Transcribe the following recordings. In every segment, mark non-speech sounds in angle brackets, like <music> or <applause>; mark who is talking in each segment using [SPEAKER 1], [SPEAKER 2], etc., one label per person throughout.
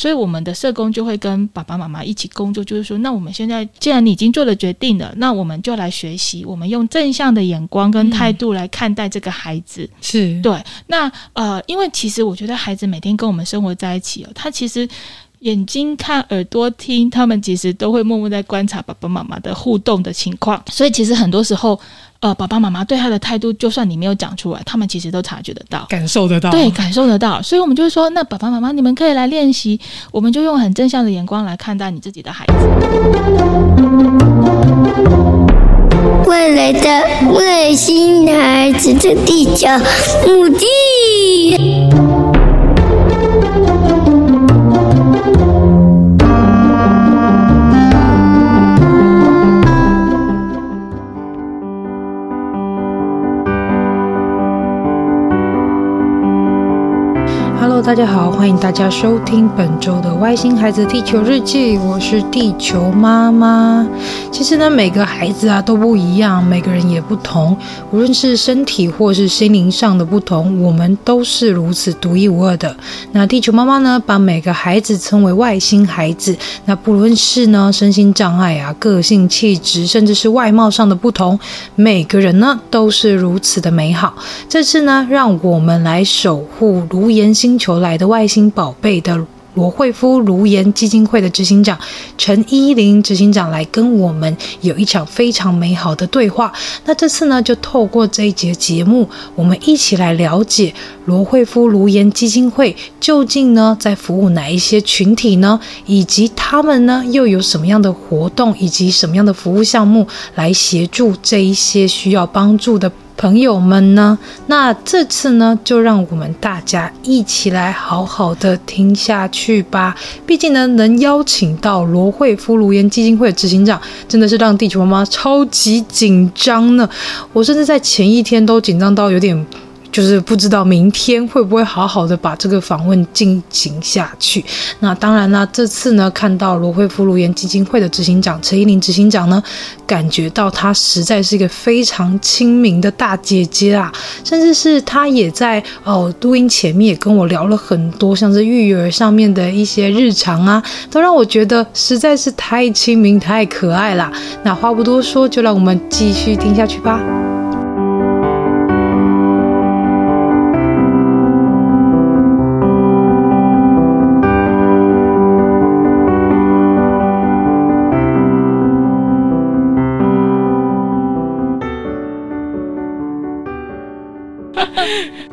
[SPEAKER 1] 所以我们的社工就会跟爸爸妈妈一起工作，就是说，那我们现在既然你已经做了决定了，那我们就来学习，我们用正向的眼光跟态度来看待这个孩子。
[SPEAKER 2] 是
[SPEAKER 1] 对，那呃，因为其实我觉得孩子每天跟我们生活在一起哦，他其实。眼睛看，耳朵听，他们其实都会默默在观察爸爸妈妈的互动的情况，所以其实很多时候，呃，爸爸妈妈对他的态度，就算你没有讲出来，他们其实都察觉得到。
[SPEAKER 2] 感受得到，
[SPEAKER 1] 对，感受得到，所以我们就会说，那爸爸妈妈，你们可以来练习，我们就用很正向的眼光来看待你自己的孩子。
[SPEAKER 3] 未来的外星孩子的地球母地。
[SPEAKER 2] Hello，大家好，欢迎大家收听本周的《外星孩子地球日记》，我是地球妈妈。其实呢，每个孩子啊都不一样，每个人也不同，无论是身体或是心灵上的不同，我们都是如此独一无二的。那地球妈妈呢，把每个孩子称为外星孩子。那不论是呢身心障碍啊、个性气质，甚至是外貌上的不同，每个人呢都是如此的美好。这次呢，让我们来守护卢岩星球来的外星宝贝的罗惠夫卢岩基金会的执行长陈依林执行长来跟我们有一场非常美好的对话。那这次呢，就透过这一节节目，我们一起来了解罗惠夫卢岩基金会究竟呢在服务哪一些群体呢，以及他们呢又有什么样的活动以及什么样的服务项目来协助这一些需要帮助的。朋友们呢？那这次呢，就让我们大家一起来好好的听下去吧。毕竟呢，能邀请到罗惠夫卢岩基金会的执行长，真的是让地球妈妈超级紧张呢。我甚至在前一天都紧张到有点。就是不知道明天会不会好好的把这个访问进行下去。那当然啦，这次呢，看到罗惠夫卢岩基金会的执行长陈依林执行长呢，感觉到她实在是一个非常亲民的大姐姐啊，甚至是她也在哦录音前面也跟我聊了很多，像是育儿上面的一些日常啊，都让我觉得实在是太亲民、太可爱啦。那话不多说，就让我们继续听下去吧。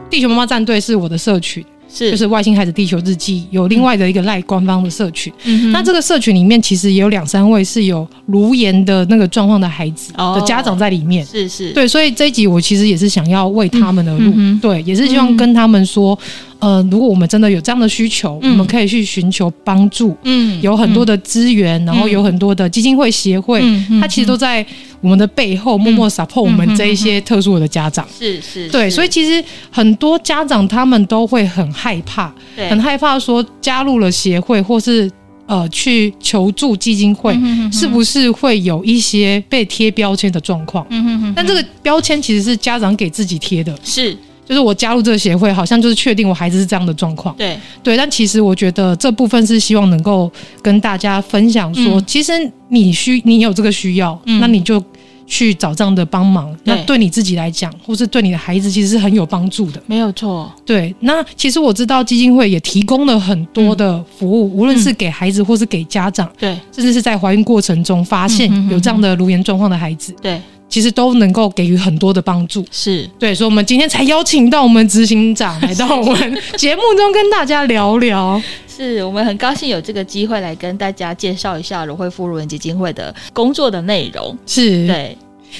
[SPEAKER 2] 地球妈妈战队是我的社群，
[SPEAKER 1] 是
[SPEAKER 2] 就是外星孩子地球日记有另外的一个赖官方的社群。
[SPEAKER 1] 嗯哼
[SPEAKER 2] 那这个社群里面其实也有两三位是有颅炎的那个状况的孩子
[SPEAKER 1] 哦
[SPEAKER 2] 的家长在里面。
[SPEAKER 1] 是是，
[SPEAKER 2] 对，所以这一集我其实也是想要为他们而录，
[SPEAKER 1] 嗯嗯哼
[SPEAKER 2] 对，也是希望跟他们说，呃，如果我们真的有这样的需求，
[SPEAKER 1] 嗯
[SPEAKER 2] 我们可以去寻求帮助，
[SPEAKER 1] 嗯
[SPEAKER 2] 有很多的资源，然后有很多的基金会、协会，
[SPEAKER 1] 嗯嗯
[SPEAKER 2] 它其实都在我们的背后默默 support 我们这一
[SPEAKER 1] 嗯
[SPEAKER 2] 些特殊的家长。
[SPEAKER 1] 是是，
[SPEAKER 2] 对，
[SPEAKER 1] 是
[SPEAKER 2] 所以其实很多家长他们都会很害怕，
[SPEAKER 1] 对
[SPEAKER 2] 很害怕说加入了协会或是呃去求助基金会，
[SPEAKER 1] 嗯哼哼
[SPEAKER 2] 是不是会有一些被贴标签的状况？
[SPEAKER 1] 嗯哼哼
[SPEAKER 2] 但这个标签其实是家长给自己贴的，
[SPEAKER 1] 是
[SPEAKER 2] 就是我加入这个协会，好像就是确定我孩子是这样的状况。
[SPEAKER 1] 对
[SPEAKER 2] 对，但其实我觉得这部分是希望能够跟大家分享说，
[SPEAKER 1] 嗯
[SPEAKER 2] 其实你需你有这个需要，
[SPEAKER 1] 嗯
[SPEAKER 2] 那你就去找这样的帮忙。
[SPEAKER 1] 对
[SPEAKER 2] 那对你自己来讲，或是对你的孩子，其实是很有帮助的。
[SPEAKER 1] 没有错，
[SPEAKER 2] 对，那其实我知道基金会也提供了很多
[SPEAKER 1] 嗯
[SPEAKER 2] 的服务，无论是给孩子或是给家长，
[SPEAKER 1] 对
[SPEAKER 2] 甚至是在怀孕过程中发现
[SPEAKER 1] 嗯哼哼
[SPEAKER 2] 有这样的颅炎状况的孩子，
[SPEAKER 1] 对
[SPEAKER 2] 其实都能够给予很多的帮助。
[SPEAKER 1] 是
[SPEAKER 2] 对，所以我们今天才邀请到我们执行长来到我们 <laughs> 节目中跟大家聊聊。
[SPEAKER 1] <laughs> 是我们很高兴有这个机会来跟大家介绍一下罗惠夫卢人基金会的工作的内容。
[SPEAKER 2] 是，
[SPEAKER 1] 对，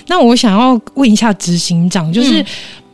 [SPEAKER 2] 那我想要问一下执行长，就是、
[SPEAKER 1] 嗯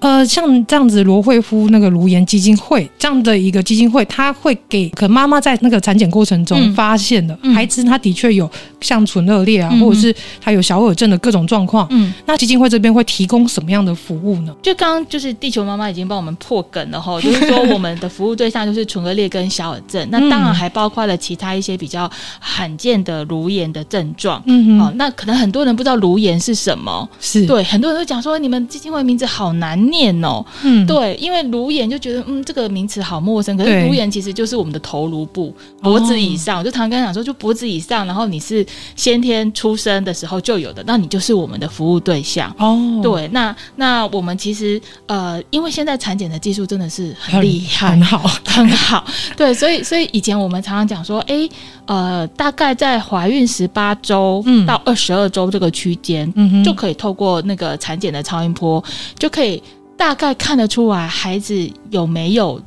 [SPEAKER 2] 呃，像这样子罗惠夫那个卢岩基金会这样的一个基金会，他会给可能妈妈在那个产检过程中
[SPEAKER 1] 嗯
[SPEAKER 2] 发现了、
[SPEAKER 1] 嗯
[SPEAKER 2] 孩子，他的确有像唇腭裂啊，
[SPEAKER 1] 嗯哼
[SPEAKER 2] 或者是他有小耳症的各种状况，
[SPEAKER 1] 嗯，
[SPEAKER 2] 那基金会这边会提供什么样的服务呢？
[SPEAKER 1] 就刚刚就是地球妈妈已经帮我们破梗了哈， <laughs> 就是说我们的服务对象就是唇腭裂跟小耳症，那
[SPEAKER 2] 嗯
[SPEAKER 1] 当然还包括了其他一些比较罕见的乳炎的症状。
[SPEAKER 2] 嗯
[SPEAKER 1] 好、，那可能很多人不知道颅炎是什么，
[SPEAKER 2] 是，
[SPEAKER 1] 对，很多人都讲说你们基金会名字好难念哦，
[SPEAKER 2] 嗯，
[SPEAKER 1] 对，因为颅炎就觉得嗯这个名词好陌生，可是
[SPEAKER 2] 对哦
[SPEAKER 1] 颅炎其实就是我们的头颅部脖子以上，我就常跟他讲说，就脖子以上，然后你是先天出生的时候就有的，那你就是我们的服务对象。
[SPEAKER 2] 哦，，
[SPEAKER 1] 对，那那我们其实呃，因为现在产检的技术真的是很
[SPEAKER 2] 很
[SPEAKER 1] 厉害
[SPEAKER 2] 很，好，
[SPEAKER 1] 很好，对，所以所以以前我们常常讲说，诶，呃，大概在怀孕十八周
[SPEAKER 2] 嗯
[SPEAKER 1] 到二十二周这个区间，
[SPEAKER 2] 嗯哼，
[SPEAKER 1] 就可以透过那个产检的超音波，就可以大概看得出来孩子有没有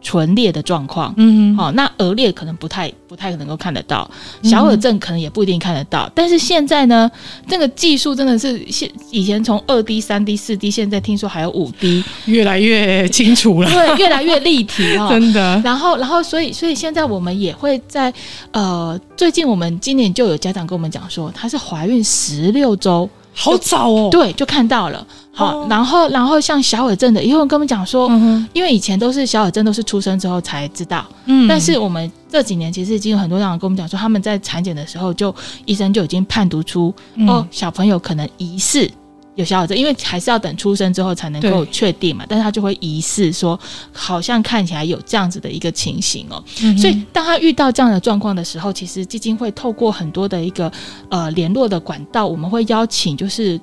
[SPEAKER 1] 唇裂的状况。
[SPEAKER 2] 嗯哼，
[SPEAKER 1] 好、那额裂可能不太不太能够看得到，小
[SPEAKER 2] 嗯
[SPEAKER 1] 耳症可能也不一定看得到。但是现在呢，这个技术真的是现以前从二 D、三 D、四 D，现在听说还有五 D，
[SPEAKER 2] 越来越清楚了，
[SPEAKER 1] 对，越来越立体哦。
[SPEAKER 2] <laughs> 真的，
[SPEAKER 1] 然后，然后，所以，所以现在我们也会在呃，最近我们今年就有家长跟我们讲说，她是怀孕十六周，
[SPEAKER 2] 好早哦，，
[SPEAKER 1] 对，就看到了。好、
[SPEAKER 2] 哦
[SPEAKER 1] 然后，然后像小耳症的，也有人跟我们讲说，
[SPEAKER 2] 嗯哼，
[SPEAKER 1] 因为以前都是小耳症都是出生之后才知道，
[SPEAKER 2] 嗯
[SPEAKER 1] 但是我们这几年其实已经有很多家长跟我们讲说，他们在产检的时候就医生就已经判读出、
[SPEAKER 2] 嗯
[SPEAKER 1] 哦，，小朋友可能疑似。有小耳症，因为还是要等出生之后才能够确定嘛，但是他就会疑似说，好像看起来有这样子的一个情形哦。
[SPEAKER 2] 嗯哼
[SPEAKER 1] 所以，当他遇到这样的状况的时候，其实基金会透过很多的一个呃联络的管道，我们会邀请就是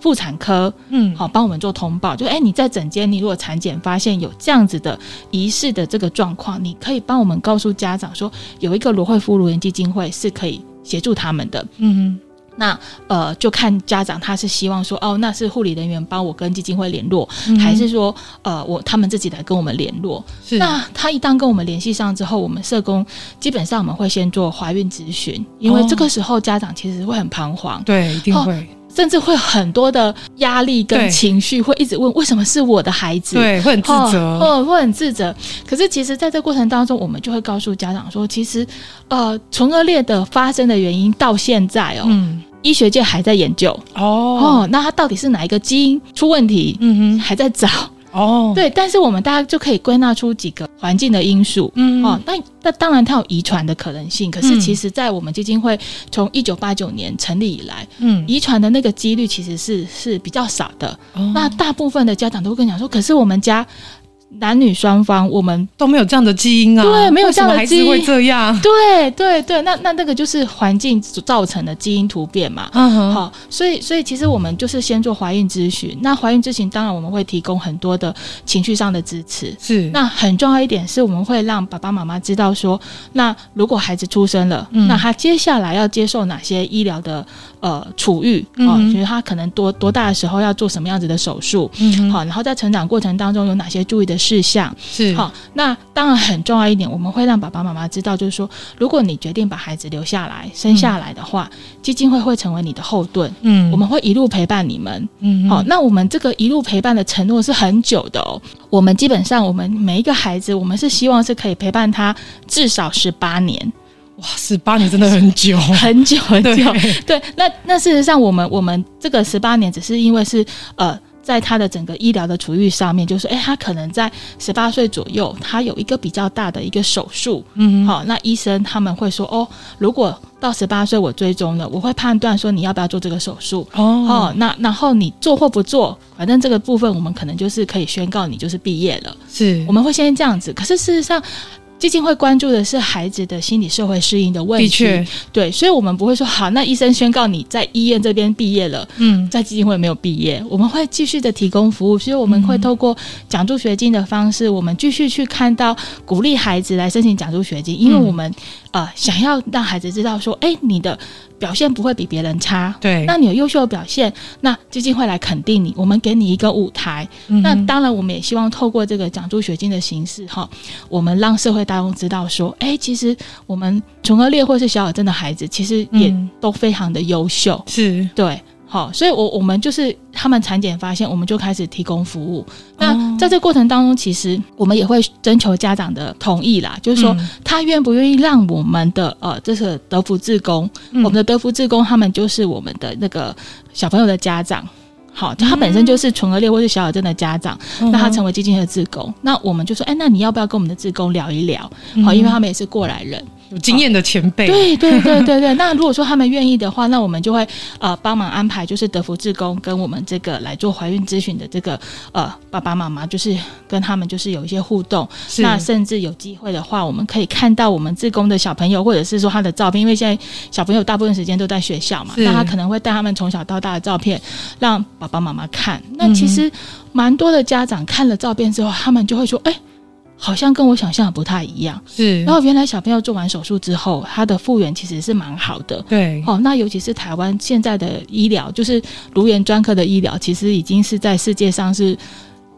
[SPEAKER 1] 妇产科
[SPEAKER 2] 嗯，
[SPEAKER 1] 好帮我们做通报，就哎、你在诊间你如果产检发现有这样子的疑似的这个状况，你可以帮我们告诉家长说，有一个罗惠夫乳源基金会是可以协助他们的。
[SPEAKER 2] 嗯
[SPEAKER 1] 那呃，就看家长他是希望说，哦，那是护理人员帮我跟基金会联络，
[SPEAKER 2] 哼，
[SPEAKER 1] 还是说呃我他们自己来跟我们联络？
[SPEAKER 2] 是
[SPEAKER 1] 那他一旦跟我们联系上之后，我们社工基本上我们会先做怀孕咨询，因为
[SPEAKER 2] 哦
[SPEAKER 1] 这个时候家长其实会很彷徨，
[SPEAKER 2] 对，一定
[SPEAKER 1] 哦
[SPEAKER 2] 会，
[SPEAKER 1] 甚至会很多的压力
[SPEAKER 2] 对
[SPEAKER 1] 跟情绪，会一直问为什么是我的孩子。
[SPEAKER 2] 对，会很自
[SPEAKER 1] 哦
[SPEAKER 2] 责，
[SPEAKER 1] 哦，会很自责。可是其实，在这过程当中，我们就会告诉家长说，其实，呃，唇腭裂的发生的原因到现在哦，
[SPEAKER 2] 嗯，
[SPEAKER 1] 医学界还在研究
[SPEAKER 2] 哦，
[SPEAKER 1] 哦，那它到底是哪一个基因出问题，
[SPEAKER 2] 嗯哼，
[SPEAKER 1] 还在找。
[SPEAKER 2] 哦，，
[SPEAKER 1] 对，但是我们大家就可以归纳出几个环境的因素。
[SPEAKER 2] 嗯，
[SPEAKER 1] 哦，，那那当然，它有遗传的可能性。可是
[SPEAKER 2] 嗯
[SPEAKER 1] 其实，在我们基金会从一九八九年成立以来，
[SPEAKER 2] 嗯，
[SPEAKER 1] 遗传的那个几率其实是是比较少的。
[SPEAKER 2] 哦
[SPEAKER 1] 那大部分的家长都会跟你讲说，可是我们家男女双方，我们
[SPEAKER 2] 都没有这样的基因啊，
[SPEAKER 1] 对没有这样的
[SPEAKER 2] 为什么孩子会这样，
[SPEAKER 1] 对对对，那那那个就是环境造成的基因突变嘛。
[SPEAKER 2] 嗯
[SPEAKER 4] 哦
[SPEAKER 2] 哼，
[SPEAKER 1] 好，所以所以其实我们就是先做怀孕咨询。那怀孕咨询当然我们会提供很多的情绪上的支持，
[SPEAKER 2] 是，
[SPEAKER 1] 那很重要一点是，我们会让爸爸妈妈知道说，那如果孩子出生了，
[SPEAKER 2] 嗯
[SPEAKER 1] 那他接下来要接受哪些医疗的呃处遇
[SPEAKER 2] 嗯
[SPEAKER 1] 哦
[SPEAKER 2] 哼，
[SPEAKER 1] 就是他可能多多大的时候要做什么样子的手术，
[SPEAKER 2] 嗯哼，
[SPEAKER 1] 好、然后在成长过程当中有哪些注意的事项，
[SPEAKER 2] 是，
[SPEAKER 1] 好、那当然很重要一点，我们会让爸爸妈妈知道，就是说，如果你决定把孩子留下来生下来的话，基金会会成为你的后盾，
[SPEAKER 2] 嗯，
[SPEAKER 1] 我们会一路陪伴你们，
[SPEAKER 2] 嗯，嗯，
[SPEAKER 1] 好、那我们这个一路陪伴的承诺是很久的哦。我们基本上，我们每一个孩子，我们是希望是可以陪伴他至少十八年，
[SPEAKER 2] 哇，十八年真的很久，
[SPEAKER 1] <laughs> 很久很
[SPEAKER 2] 嗯对，
[SPEAKER 1] 久。 <laughs> 对，那那事实上，我们我们这个十八年，只是因为是呃。在他的整个医疗的处遇上面，就是诶，哎他可能在十八岁左右，他有一个比较大的一个手术，
[SPEAKER 2] 嗯，，
[SPEAKER 1] 好、那医生他们会说，哦，如果到十八岁我追踪了，我会判断说你要不要做这个手术，哦
[SPEAKER 2] 哦，，
[SPEAKER 1] 那然后你做或不做，反正这个部分我们可能就是可以宣告你就是毕业了。
[SPEAKER 2] 是，
[SPEAKER 1] 我们会先这样子，可是事实上。基金会关注的是孩子的心理社会适应的问
[SPEAKER 2] 的
[SPEAKER 1] 题，
[SPEAKER 2] 确，
[SPEAKER 1] 对，所以我们不会说好，那医生宣告你在医院这边毕业了，
[SPEAKER 2] 嗯，
[SPEAKER 1] 在基金会没有毕业，我们会继续的提供服务，所以我们
[SPEAKER 2] 嗯
[SPEAKER 1] 会透过奖助学金的方式，我们继续去看到鼓励孩子来申请奖助学金，因为
[SPEAKER 2] 嗯
[SPEAKER 1] 我们、呃想要让孩子知道说，哎，你的表现不会比别人差，
[SPEAKER 2] 对，
[SPEAKER 1] 那你有优秀的表现，那基金会来肯定你，我们给你一个舞台。
[SPEAKER 2] 嗯
[SPEAKER 1] 那
[SPEAKER 2] 哼
[SPEAKER 1] 当然，我们也希望透过这个奖助学金的形式，哈，我们让社会大众知道说，哎、其实我们唇腭裂或是小耳症的孩子，其实也
[SPEAKER 2] 嗯
[SPEAKER 1] 都非常的优秀。
[SPEAKER 2] 是，
[SPEAKER 1] 对，好，所以我我们就是他们产检发现，我们就开始提供服务。那
[SPEAKER 2] 哦
[SPEAKER 1] 在这个过程当中，其实我们也会征求家长的同意啦，就是说
[SPEAKER 4] 嗯
[SPEAKER 1] 他愿不愿意让我们的呃，这是德福志工，
[SPEAKER 4] 嗯
[SPEAKER 1] 我们的德福志工他们就是我们的那个小朋友的家长。好，就他本身就是唇腭裂或是小耳症的家长，那他成为基金会的志工，那我们就说，哎，那你要不要跟我们的志工聊一聊？好，因为他们也是过来人，
[SPEAKER 4] 有经验的前辈，
[SPEAKER 1] 对对对对对。那如果说他们愿意的话，那我们就会呃帮忙安排，就是德福志工跟我们这个来做怀孕咨询的这个呃爸爸妈妈，就是跟他们就是有一些互动。
[SPEAKER 4] 是
[SPEAKER 1] 那甚至有机会的话，我们可以看到我们志工的小朋友，或者是说他的照片，因为现在小朋友大部分时间都在学校嘛，
[SPEAKER 4] 是
[SPEAKER 1] 那他可能会带他们从小到大的照片让爸爸妈妈看。那其实蛮多的家长看了照片之后，他们就会说：“哎、好像跟我想象的不太一样。”
[SPEAKER 4] 是，
[SPEAKER 1] 然后原来小朋友做完手术之后，他的复原其实是蛮好的。
[SPEAKER 4] 对，
[SPEAKER 1] 哦，那尤其是台湾现在的医疗，就是颅炎专科的医疗，其实已经是在世界上是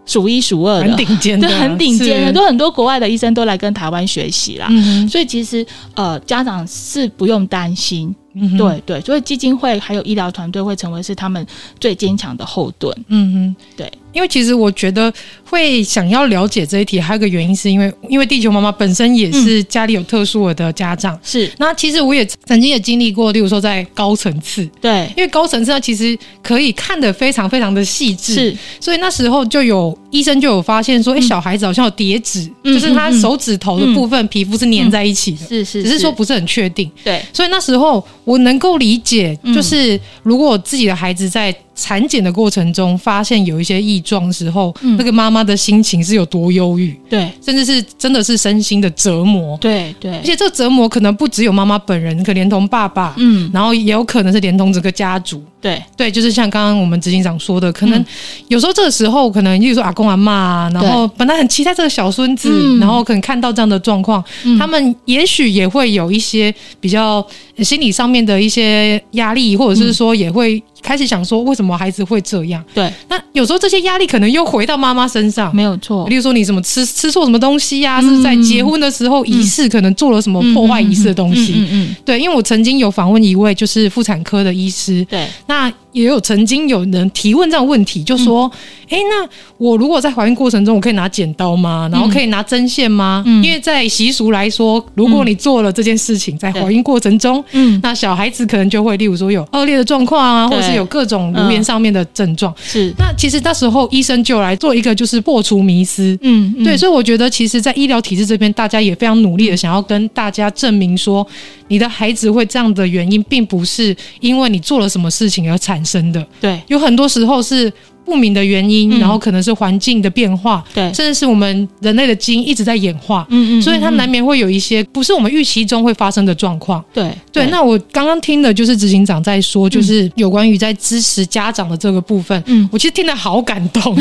[SPEAKER 1] 数一数二
[SPEAKER 4] 很
[SPEAKER 1] 的，
[SPEAKER 4] 顶尖的，
[SPEAKER 1] 对，很顶尖的，
[SPEAKER 4] 是
[SPEAKER 1] 都很多国外的医生都来跟台湾学习啦。
[SPEAKER 4] 嗯
[SPEAKER 1] 所以其实呃，家长是不用担心，
[SPEAKER 2] 嗯
[SPEAKER 4] 哼，
[SPEAKER 1] 对、对，所以基金会还有医疗团队会成为是他们最坚强的后盾。
[SPEAKER 4] 嗯哼，
[SPEAKER 1] 对。
[SPEAKER 4] 因为其实我觉得会想要了解这一题，还有一个原因是因为，因为地球妈妈本身也是家里有特殊的家长。
[SPEAKER 1] 是
[SPEAKER 4] 那其实我也曾经也经历过，例如说在高层次，
[SPEAKER 1] 对，
[SPEAKER 4] 因为高层次它其实可以看得非常非常的细致，
[SPEAKER 1] 是
[SPEAKER 4] 所以那时候就有医生就有发现说，哎、小孩子好像有叠纸，
[SPEAKER 1] 嗯
[SPEAKER 4] 就是他手指头的部分皮肤是粘在一起的，
[SPEAKER 1] 是是，
[SPEAKER 4] 只是说不是很确定。
[SPEAKER 1] 对，
[SPEAKER 4] 所以那时候我能够理解，
[SPEAKER 1] 嗯
[SPEAKER 4] 就是如果自己的孩子在产检的过程中发现有一些异状的时候，
[SPEAKER 1] 嗯
[SPEAKER 4] 那个妈妈的心情是有多忧郁，
[SPEAKER 1] 对
[SPEAKER 4] 甚至是真的是身心的折磨。
[SPEAKER 1] 对对
[SPEAKER 4] 而，且这个折磨可能不只有妈妈本人，可连同爸爸，
[SPEAKER 1] 嗯，
[SPEAKER 4] 然后也有可能是连同整个家族。
[SPEAKER 1] 对
[SPEAKER 4] 对，就是像刚刚我们执行长说的，可能
[SPEAKER 1] 嗯
[SPEAKER 4] 有时候这个时候，可能例如说阿公阿妈啊，然后本来很期待这个小孙子，
[SPEAKER 1] 嗯
[SPEAKER 4] 然后可能看到这样的状况，
[SPEAKER 1] 嗯
[SPEAKER 4] 他们也许也会有一些比较呃心理上面的一些压力，或者是说也会开始想说，为什么孩子会这样？
[SPEAKER 1] 对，
[SPEAKER 4] 那有时候这些压力可能又回到妈妈身上。
[SPEAKER 1] 嗯没有错
[SPEAKER 4] 例。如说，你什么吃吃错什么东西呀、是不是在
[SPEAKER 1] 嗯
[SPEAKER 4] 结婚的时候仪式可能做了什么破坏仪式的东西？
[SPEAKER 1] 嗯嗯嗯嗯嗯
[SPEAKER 4] 对，因为我曾经有访问一位就是妇产科的医师，
[SPEAKER 1] 对，
[SPEAKER 4] 那也有曾经有人提问这样的问题，就说：“
[SPEAKER 1] 嗯
[SPEAKER 4] 诶，那我如果在怀孕过程中，我可以拿剪刀吗？然后可以拿针线吗？
[SPEAKER 1] 嗯
[SPEAKER 4] 因为在习俗来说，如果你做了这件事情，在怀孕过程中，
[SPEAKER 1] 嗯，
[SPEAKER 4] 那小孩子可能就会，例如说有恶劣的状况啊，或
[SPEAKER 1] 对嗯
[SPEAKER 4] 者是有各种颅炎上面的症状。
[SPEAKER 1] 是，
[SPEAKER 4] 那其实那时候医生就来做一个，就是破除迷思。
[SPEAKER 1] 嗯，嗯
[SPEAKER 4] 对，所以我觉得，其实，在医疗体制这边，大家也非常努力的想要跟大家证明说，你的孩子会这样的原因，并不是因为你做了什么事情而产生的，
[SPEAKER 1] 对
[SPEAKER 4] 有很多时候是不明的原因，
[SPEAKER 1] 嗯
[SPEAKER 4] 然后可能是环境的变化，
[SPEAKER 1] 对，
[SPEAKER 4] 甚至是我们人类的基因一直在演化，
[SPEAKER 1] 嗯嗯，
[SPEAKER 4] 所以它
[SPEAKER 1] 嗯嗯
[SPEAKER 4] 难免会有一些不是我们预期中会发生的状况。
[SPEAKER 1] 对
[SPEAKER 4] 对，那我刚刚听的就是执行长在说，就是有关于在支持家长的这个部分，
[SPEAKER 1] 嗯
[SPEAKER 4] 我其实听得好感
[SPEAKER 1] <laughs>
[SPEAKER 4] 动。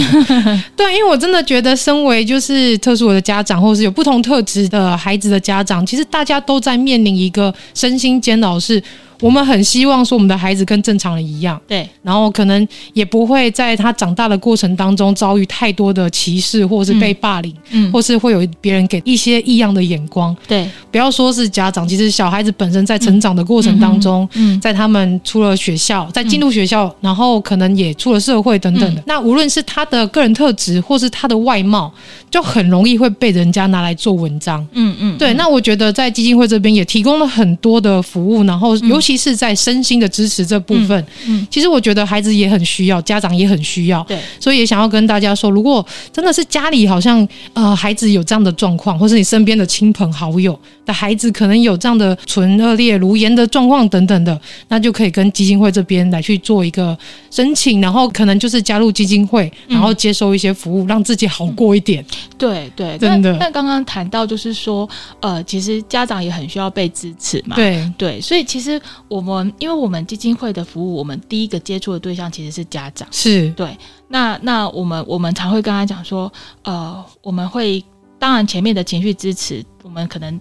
[SPEAKER 4] 对，因为我真的觉得，身为就是特殊的家长，或是有不同特质的孩子的家长，其实大家都在面临一个身心煎熬，是我们很希望说我们的孩子跟正常人一样，
[SPEAKER 1] 对
[SPEAKER 4] 然后可能也不会在他长大的过程当中遭遇太多的歧视，或是被霸凌，
[SPEAKER 1] 嗯
[SPEAKER 4] 或是会有别人给一些异样的眼光。
[SPEAKER 1] 对
[SPEAKER 4] 不要说是家长，其实小孩子本身在成长的过程当中，
[SPEAKER 1] 嗯
[SPEAKER 4] 在他们出了学校，在进入学校，然后可能也出了社会等
[SPEAKER 1] 嗯
[SPEAKER 4] 等的。那无论是他的个人特质，或是他的外貌，就很容易会被人家拿来做文章。
[SPEAKER 1] 嗯嗯
[SPEAKER 4] 对，那我觉得在基金会这边也提供了很多的服务，然后尤其是在身心的支持这部分，
[SPEAKER 1] 嗯嗯
[SPEAKER 4] 其实我觉得孩子也很需要，家长也很需要，
[SPEAKER 1] 对
[SPEAKER 4] 所以也想要跟大家说，如果真的是家里好像呃孩子有这样的状况，或是你身边的亲朋好友的孩子可能有这样的呃唇腭裂、颅炎的状况等等的，那就可以跟基金会这边来去做一个申请，然后可能就是加入基金会，然后接受一些服务，让自己好过一点。
[SPEAKER 1] 对对，
[SPEAKER 4] 真的
[SPEAKER 1] 那那刚刚谈到就是说，呃，其实家长也很需要被支持嘛，
[SPEAKER 4] 对，
[SPEAKER 1] 对，所以其实我们因为我们基金会的服务，我们第一个接触的对象其实是家长。
[SPEAKER 4] 是，
[SPEAKER 1] 对，那那我们我们常会跟他讲说，呃，我们会当然前面的情绪支持，我们可能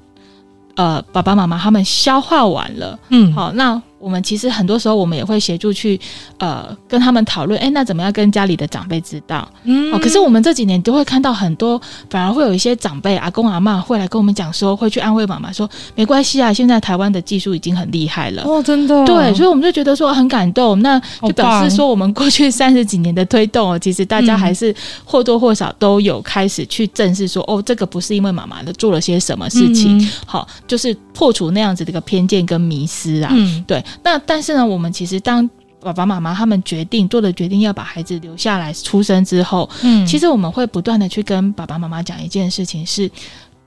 [SPEAKER 1] 呃爸爸妈妈他们消化完了，
[SPEAKER 4] 嗯，
[SPEAKER 1] 好，那我们其实很多时候我们也会协助去呃跟他们讨论，哎，那怎么样跟家里的长辈知道？
[SPEAKER 4] 嗯
[SPEAKER 1] 哦，可是我们这几年都会看到很多，反而会有一些长辈阿公阿嬷会来跟我们讲说，会去安慰妈妈说，没关系啊，现在台湾的技术已经很厉害了。
[SPEAKER 4] 哦，真的，
[SPEAKER 1] 对，所以我们就觉得说很感动，那就表示说我们过去三十几年的推动哦，其实大家还是或多或少都有开始去正视说，哦，这个不是因为妈妈的做了些什么事情，
[SPEAKER 4] 嗯
[SPEAKER 1] 好，就是破除那样子的一个偏见跟迷失啊。
[SPEAKER 4] 嗯，
[SPEAKER 1] 对，那但是呢，我们其实当爸爸妈妈他们决定做的决定要把孩子留下来出生之后，
[SPEAKER 4] 嗯
[SPEAKER 1] 其实我们会不断的去跟爸爸妈妈讲一件事情是。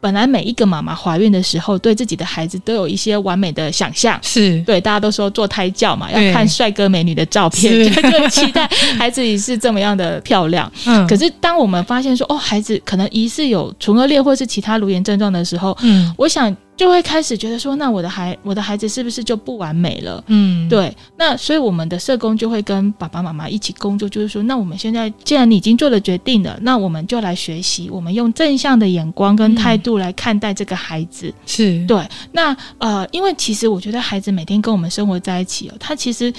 [SPEAKER 1] 本来每一个妈妈怀孕的时候，对自己的孩子都有一些完美的想象，
[SPEAKER 4] 是
[SPEAKER 1] 对，大家都说做胎教嘛，
[SPEAKER 4] 对
[SPEAKER 1] 要看帅哥美女的照片，就
[SPEAKER 4] 是
[SPEAKER 1] 就期待孩子也是这么样的漂亮。
[SPEAKER 4] <laughs> 嗯，
[SPEAKER 1] 可是当我们发现说，哦，孩子可能疑似有唇腭裂或是其他颅炎症状的时候，
[SPEAKER 4] 嗯
[SPEAKER 1] 我想就会开始觉得说，那我的孩我的孩子是不是就不完美了？
[SPEAKER 4] 嗯，
[SPEAKER 1] 对，那所以我们的社工就会跟爸爸妈妈一起工作，就是说，那我们现在既然你已经做了决定了，那我们就来学习，我们用正向的眼光跟态度来看待这个孩子。
[SPEAKER 4] 是，
[SPEAKER 1] 对，那呃，因为其实我觉得孩子每天跟我们生活在一起哦，他其实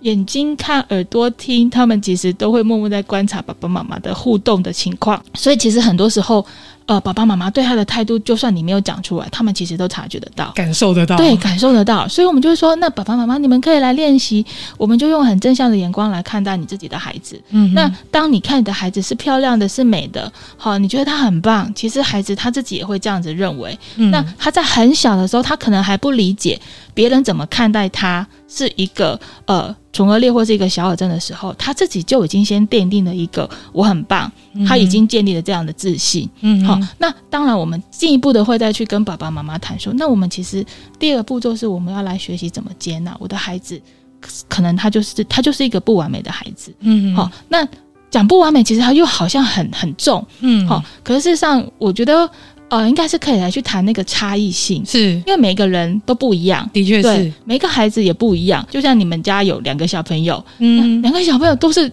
[SPEAKER 1] 眼睛看、耳朵听，他们其实都会默默在观察爸爸妈妈的互动的情况，所以其实很多时候，呃，爸爸妈妈对他的态度，就算你没有讲出来，他们其实都察觉得到。
[SPEAKER 4] 感受得到，
[SPEAKER 1] 对，感受得到，所以我们就会说，那爸爸妈妈，你们可以来练习，我们就用很正向的眼光来看待你自己的孩子。
[SPEAKER 4] 嗯哼，
[SPEAKER 1] 那当你看你的孩子是漂亮的，是美的，好，你觉得他很棒，其实孩子他自己也会这样子认为。
[SPEAKER 4] 嗯
[SPEAKER 1] 那他在很小的时候，他可能还不理解别人怎么看待他是一个呃唇腭裂或是一个小耳症的时候，他自己就已经先奠定了一个我很棒，他已经建立了这样的自信。
[SPEAKER 4] 嗯
[SPEAKER 1] 好
[SPEAKER 4] 哼，，
[SPEAKER 1] 那当然我们进一步的会再去跟爸爸妈妈谈说，那我们其实第二个步骤是我们要来学习怎么接纳我的孩子，可可能他就是他就是一个不完美的孩子。
[SPEAKER 4] 嗯，
[SPEAKER 1] 好，，那讲不完美，其实他又好像很很重。
[SPEAKER 4] 嗯，
[SPEAKER 1] 好、，可是事实上，我觉得呃，应该是可以来去谈那个差异性，
[SPEAKER 4] 是，
[SPEAKER 1] 因为每个人都不一样，
[SPEAKER 4] 的确
[SPEAKER 1] 对
[SPEAKER 4] 是，，
[SPEAKER 1] 每个孩子也不一样。就像你们家有两个小朋友，
[SPEAKER 4] 嗯，
[SPEAKER 1] 两个小朋友都是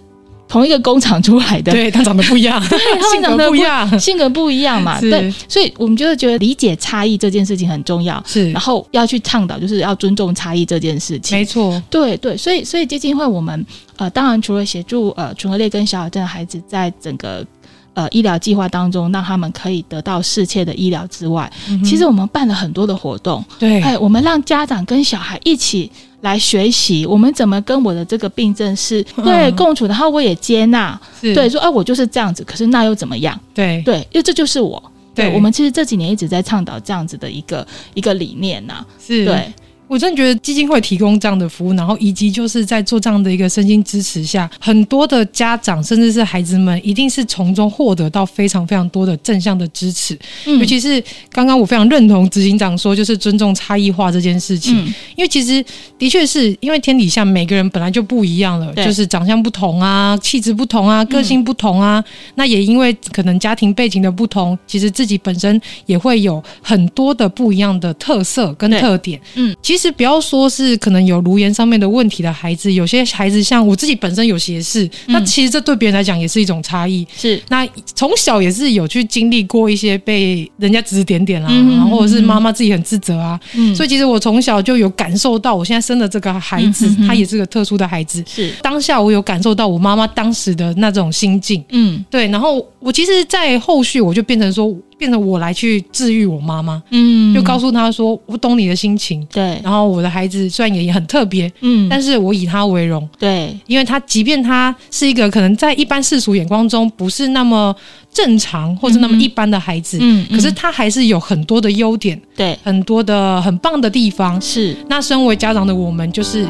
[SPEAKER 1] 同一个工厂出来的，
[SPEAKER 4] <laughs> 对他长得不一样，
[SPEAKER 1] <laughs> 他们
[SPEAKER 4] 性
[SPEAKER 1] 长
[SPEAKER 4] 格
[SPEAKER 1] 得
[SPEAKER 4] 不一
[SPEAKER 1] <laughs>
[SPEAKER 4] 样，
[SPEAKER 1] 性格不一样嘛，
[SPEAKER 4] 是
[SPEAKER 1] 对，所以我们就会觉得理解差异这件事情很重要，
[SPEAKER 4] 是
[SPEAKER 1] 然，后要去倡导就是要尊重差异这件事情。
[SPEAKER 4] <laughs> 没错，
[SPEAKER 1] 对对，所以所以基金会我们呃，当然除了协助呃唇腭裂跟小耳症的孩子在整个呃医疗计划当中，让他们可以得到适切的医疗之外，其实我们办了很多的活动，
[SPEAKER 4] 嗯对，
[SPEAKER 1] 哎，我们让家长跟小孩一起。来学习我们怎么跟我的这个病症是对
[SPEAKER 4] 嗯
[SPEAKER 1] 共处，然后我也接纳，
[SPEAKER 4] 是，
[SPEAKER 1] 对说哎、我就是这样子，可是那又怎么样？
[SPEAKER 4] 对
[SPEAKER 1] 对，因为这就是我。
[SPEAKER 4] 对，
[SPEAKER 1] 我们其实这几年一直在倡导这样子的一个一个理念呐、
[SPEAKER 4] 是，
[SPEAKER 1] 对，
[SPEAKER 4] 我真的觉得基金会提供这样的服务，然后以及就是在做这样的一个身心支持下，很多的家长甚至是孩子们，一定是从中获得到非常非常多的正向的支持。
[SPEAKER 1] 嗯
[SPEAKER 4] 尤其是刚刚我非常认同执行长说，就是尊重差异化这件事情，
[SPEAKER 1] 嗯
[SPEAKER 4] 因为其实的确是因为天底下每个人本来就不一样了，
[SPEAKER 1] 对嗯
[SPEAKER 4] 就是长相不同啊，气质不同啊，个性不同啊，那也因为可能家庭背景的不同，其实自己本身也会有很多的不一样的特色跟
[SPEAKER 1] 对
[SPEAKER 4] 特点。
[SPEAKER 1] 嗯，
[SPEAKER 4] 其实不要说是可能有颅炎上面的问题的孩子，有些孩子像我自己本身有斜视，
[SPEAKER 1] 嗯
[SPEAKER 4] 那其实这对别人来讲也是一种差异。
[SPEAKER 1] 是
[SPEAKER 4] 那从小也是有去经历过一些被人家指指点点啦、
[SPEAKER 1] 嗯
[SPEAKER 4] 然后或者是妈妈自己很自责啊，
[SPEAKER 1] 嗯
[SPEAKER 4] 所
[SPEAKER 1] 以
[SPEAKER 4] 以其实我从小就有感受到，我现在生的这个孩子，
[SPEAKER 1] 嗯哼哼
[SPEAKER 4] 他也是个特殊的孩子。
[SPEAKER 1] 是
[SPEAKER 4] 当下我有感受到我妈妈当时的那种心境，
[SPEAKER 1] 嗯
[SPEAKER 4] 对。然后我其实，在后续我就变成说，变成我来去治愈我妈妈，
[SPEAKER 1] 嗯，
[SPEAKER 4] 就告诉她说，我懂你的心情。
[SPEAKER 1] 对，
[SPEAKER 4] 然后我的孩子虽然也很特别，
[SPEAKER 1] 嗯，
[SPEAKER 4] 但是我以他为荣，
[SPEAKER 1] 对
[SPEAKER 4] 因为他即便他是一个可能在一般世俗眼光中不是那么正常或是那么
[SPEAKER 1] 嗯哼
[SPEAKER 4] 一般的孩子，
[SPEAKER 1] 嗯
[SPEAKER 4] 可是他还是有很多的优点，
[SPEAKER 1] 对
[SPEAKER 4] 很多的很棒的地方。
[SPEAKER 1] 是
[SPEAKER 4] 那身为家长的我们，就是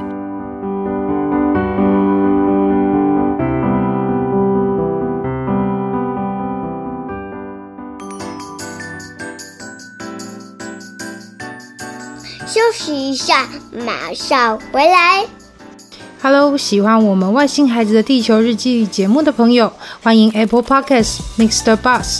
[SPEAKER 3] 休息一下，马上回来。
[SPEAKER 4] Hello，喜欢我们《外星孩子的地球日记》节目的朋友，欢迎 Apple Podcasts、Mixer Bus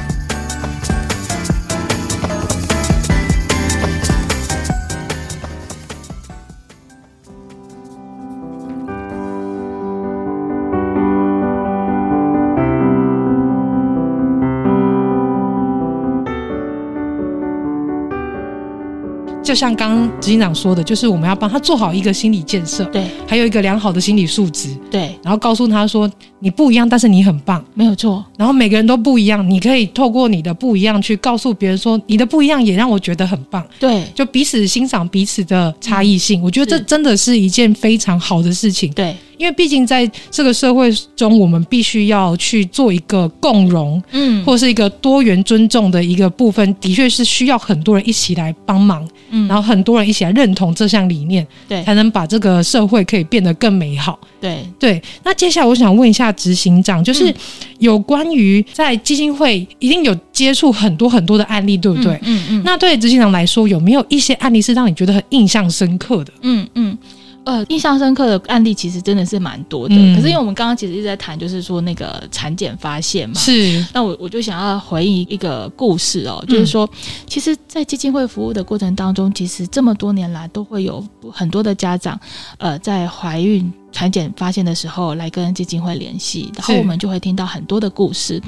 [SPEAKER 4] 就像刚刚执行长说的，就是我们要帮他做好一个心理建设，
[SPEAKER 1] 对
[SPEAKER 4] 还有一个良好的心理素质，
[SPEAKER 1] 对，
[SPEAKER 4] 然后告诉他说你不一样，但是你很棒。
[SPEAKER 1] 没有错，
[SPEAKER 4] 然后每个人都不一样，你可以透过你的不一样去告诉别人说你的不一样也让我觉得很棒，
[SPEAKER 1] 对
[SPEAKER 4] 就彼此欣赏彼此的差异性。我觉得
[SPEAKER 1] 嗯
[SPEAKER 4] 这
[SPEAKER 1] 是
[SPEAKER 4] 真的是一件非常好的事情，
[SPEAKER 1] 对，
[SPEAKER 4] 因为毕竟在这个社会中，我们必须要去做一个共融。
[SPEAKER 1] 嗯
[SPEAKER 4] 或是一个多元尊重的一个部分，的确是需要很多人一起来帮忙，
[SPEAKER 1] 嗯
[SPEAKER 4] 然后很多人一起来认同这项理念，
[SPEAKER 1] 对
[SPEAKER 4] 才能把这个社会可以变得更美好。
[SPEAKER 1] 对，
[SPEAKER 4] 对，那接下来我想问一下执行长，就是
[SPEAKER 1] 嗯
[SPEAKER 4] 有关于在基金会一定有接触很多很多的案例，对不对？
[SPEAKER 1] 嗯嗯。
[SPEAKER 4] 那对执行长来说，有没有一些案例是让你觉得很印象深刻的？
[SPEAKER 1] 嗯嗯，呃，印象深刻的案例其实真的是蛮多的。
[SPEAKER 4] 嗯
[SPEAKER 1] 可是因为我们刚刚其实一直在谈，就是说那个产检发现嘛。
[SPEAKER 4] 是，
[SPEAKER 1] 那我我就想要回忆一个故事哦，
[SPEAKER 4] 嗯
[SPEAKER 1] 就是说，其实，在基金会服务的过程当中，其实这么多年来都会有很多的家长，呃，在怀孕产检发现的时候来跟基金会联系，然后
[SPEAKER 4] 是嗯
[SPEAKER 1] 我们就会听到很多的故事。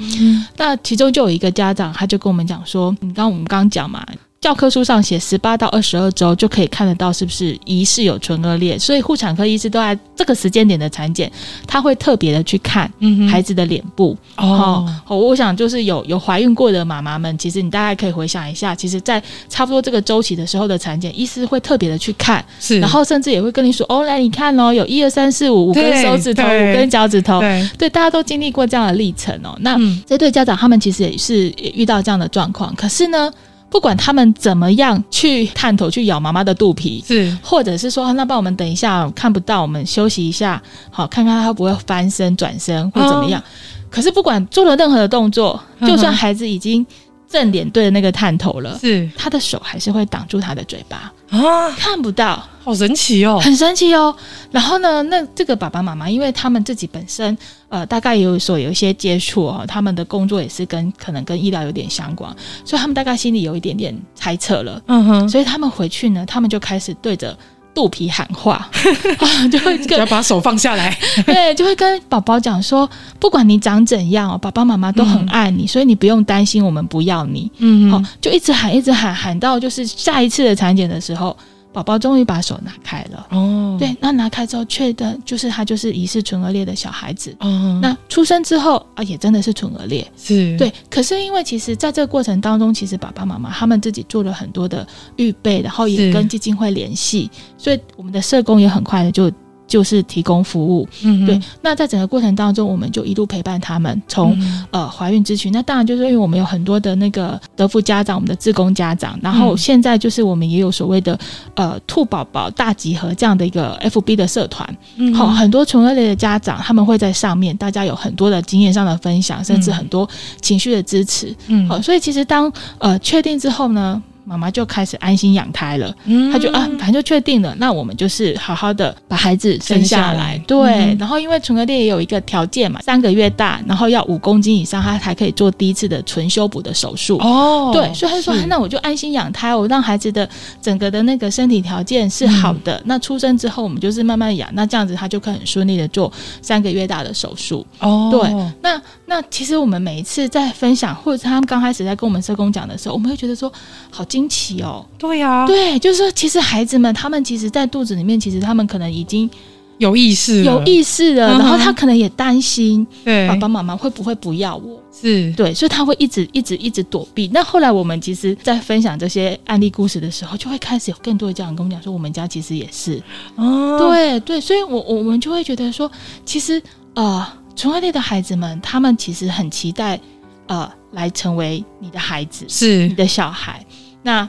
[SPEAKER 1] 那其中就有一个家长，他就跟我们讲说，你刚我们刚刚讲嘛。教科书上写十八到二十二周就可以看得到是不是疑似有唇腭裂，所以妇产科医师都在这个时间点的产检，他会特别的去看
[SPEAKER 4] 嗯哼
[SPEAKER 1] 孩子的脸部，
[SPEAKER 4] 哦
[SPEAKER 1] 哦，哦，我想就是有有怀孕过的妈妈们，其实你大概可以回想一下，其实，在差不多这个周期的时候的产检，医师会特别的去看，
[SPEAKER 4] 是，
[SPEAKER 1] 然后甚至也会跟你说，哦，来你看哦，有一二三四五五根
[SPEAKER 4] 对
[SPEAKER 1] 手指头，
[SPEAKER 4] 对
[SPEAKER 1] 五根脚趾头，
[SPEAKER 4] 对，
[SPEAKER 1] 对，大家都经历过这样的历程哦。那、
[SPEAKER 4] 嗯，
[SPEAKER 1] 这对家长他们其实也是也遇到这样的状况，可是呢，不管他们怎么样去探头去咬妈妈的肚皮。
[SPEAKER 4] 是，
[SPEAKER 1] 或者是说，啊那帮我们等一下看不到，我们休息一下，好看看他会不会翻身、转身或怎么样。可是不管做了任何的动作，
[SPEAKER 4] 嗯哼
[SPEAKER 1] 就算孩子已经正脸对着那个探头了，
[SPEAKER 4] 是
[SPEAKER 1] 他的手还是会挡住他的嘴巴，
[SPEAKER 4] 啊，
[SPEAKER 1] 看不到。
[SPEAKER 4] 好神奇哦，
[SPEAKER 1] 很神奇哦。然后呢，那这个爸爸妈妈，因为他们自己本身呃，大概也有所有一些接触哦，他们的工作也是跟可能跟医疗有点相关，所以他们大概心里有一点点猜测了。
[SPEAKER 4] 嗯哼，
[SPEAKER 1] 所以他们回去呢，他们就开始对着肚皮喊
[SPEAKER 4] <laughs>
[SPEAKER 1] 话，啊、就会
[SPEAKER 4] 要
[SPEAKER 1] 跟
[SPEAKER 4] 把手
[SPEAKER 1] <laughs>
[SPEAKER 4] 放下来，
[SPEAKER 1] 对，就会跟宝宝讲说，不管你长怎样哦，爸爸妈妈都很爱你，所以你不用担心我们不要你。
[SPEAKER 4] 嗯
[SPEAKER 1] 好、，就一直喊，一直喊，喊到就是下一次的产检的时候，宝宝终于把手拿开了。
[SPEAKER 4] 哦，
[SPEAKER 1] 对，那拿开之后，确认就是他就是疑似唇腭裂的小孩子。
[SPEAKER 4] 哦，
[SPEAKER 1] 那出生之后啊，也真的是唇腭裂。
[SPEAKER 4] 是，
[SPEAKER 1] 对，可是因为其实在这个过程当中，其实爸爸妈妈他们自己做了很多的预备，然后
[SPEAKER 4] 是
[SPEAKER 1] 也跟基金会联系，所以我们的社工也很快的就就是提供服务。
[SPEAKER 4] 嗯哼，
[SPEAKER 1] 对，那在整个过程当中，我们就一路陪伴他们从
[SPEAKER 4] 嗯
[SPEAKER 1] 呃怀孕咨询。那当然就是因为我们有很多的那个德福家长，我们的志工家长，然后
[SPEAKER 4] 嗯
[SPEAKER 1] 现在就是我们也有所谓的呃兔宝宝大集合这样的一个 FB 的社团，
[SPEAKER 4] 嗯
[SPEAKER 1] 好、很多纯恶类的家长他们会在上面，大家有很多的经验上的分享，甚至
[SPEAKER 4] 嗯
[SPEAKER 1] 很多情绪的支持。
[SPEAKER 4] 嗯
[SPEAKER 1] 好、所以其实当呃确定之后呢。妈妈就开始安心养胎了，
[SPEAKER 4] 嗯
[SPEAKER 1] 她就啊，反正就确定了，那我们就是好好的把孩子生下
[SPEAKER 4] 生下
[SPEAKER 1] 来
[SPEAKER 4] 来。
[SPEAKER 1] 对，
[SPEAKER 4] 嗯
[SPEAKER 1] 然后因为唇腭裂也有一个条件嘛，三个月大，然后要五公斤以上，她才可以做第一次的唇修补的手术。
[SPEAKER 4] 哦，
[SPEAKER 1] 对，所以他就说啊
[SPEAKER 4] 是，
[SPEAKER 1] 那我就安心养胎，我让孩子的整个的那个身体条件
[SPEAKER 4] 嗯
[SPEAKER 1] 是好的。那出生之后，我们就是慢慢养，那这样子他就可以很顺利的做三个月大的手术。
[SPEAKER 4] 哦，
[SPEAKER 1] 对那那其实我们每一次在分享，或者是他们刚开始在跟我们社工讲的时候，我们会觉得说好惊奇哦。
[SPEAKER 4] 对啊呀，
[SPEAKER 1] 对，就是说，其实孩子们他们其实，在肚子里面，其实他们可能已经
[SPEAKER 4] 有意识了，
[SPEAKER 1] 有意识了，
[SPEAKER 4] 嗯哼
[SPEAKER 1] 然后他可能也担心
[SPEAKER 4] 对
[SPEAKER 1] 爸爸妈妈会不会不要我。
[SPEAKER 4] 是
[SPEAKER 1] 对，所以他会一直一直一直躲避。那后来我们其实，在分享这些案例故事的时候，就会开始有更多的家长跟我们讲说，我们家其实也是，
[SPEAKER 4] 哦，
[SPEAKER 1] 对对，所以我我们就会觉得说，其实呃，纯爱类的孩子们，他们其实很期待呃，来成为你的孩子，你
[SPEAKER 4] 是
[SPEAKER 1] 的小孩。那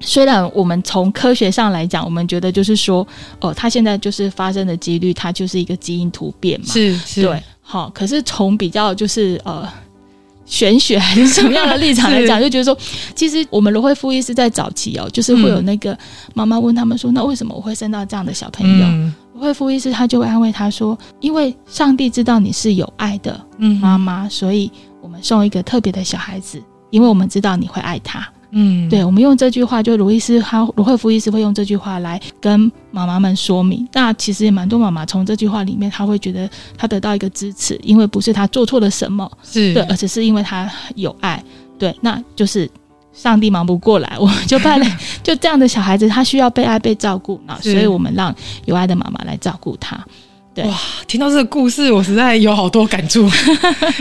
[SPEAKER 1] 虽然我们从科学上来讲，我们觉得就是说，哦，它现在就是发生的几率，它就是一个基因突变嘛，
[SPEAKER 4] 是是，
[SPEAKER 1] 对，好。可是从比较就是呃玄学还是什么样的立场来讲，
[SPEAKER 4] <laughs> 是
[SPEAKER 1] 就觉得说，其实我们罗慧夫医师在早期哦，就是会有
[SPEAKER 4] 嗯
[SPEAKER 1] 那个妈妈问他们说，那为什么我会生到这样的小朋友？
[SPEAKER 4] 嗯
[SPEAKER 1] 罗慧夫医师他就会安慰他说，因为上帝知道你是有爱的
[SPEAKER 4] 嗯
[SPEAKER 1] 妈妈，所以我们送一个特别的小孩子，因为我们知道你会爱他。
[SPEAKER 4] 嗯，
[SPEAKER 1] 对，我们用这句话，就罗医师他罗惠夫医师会用这句话来跟妈妈们说明。那其实也蛮多妈妈从这句话里面，她会觉得她得到一个支持，因为不是她做错了什么，
[SPEAKER 4] 是，
[SPEAKER 1] 对，而且是因为她有爱，对，那就是上帝忙不过来，我们就派
[SPEAKER 4] <laughs>
[SPEAKER 1] 了就这样的小孩子，他需要被爱被照顾，那所
[SPEAKER 4] 是
[SPEAKER 1] 以我们让有爱的妈妈来照顾他。对
[SPEAKER 4] 哇，听到这个故事，我实在有好多感
[SPEAKER 1] <laughs>
[SPEAKER 4] 触，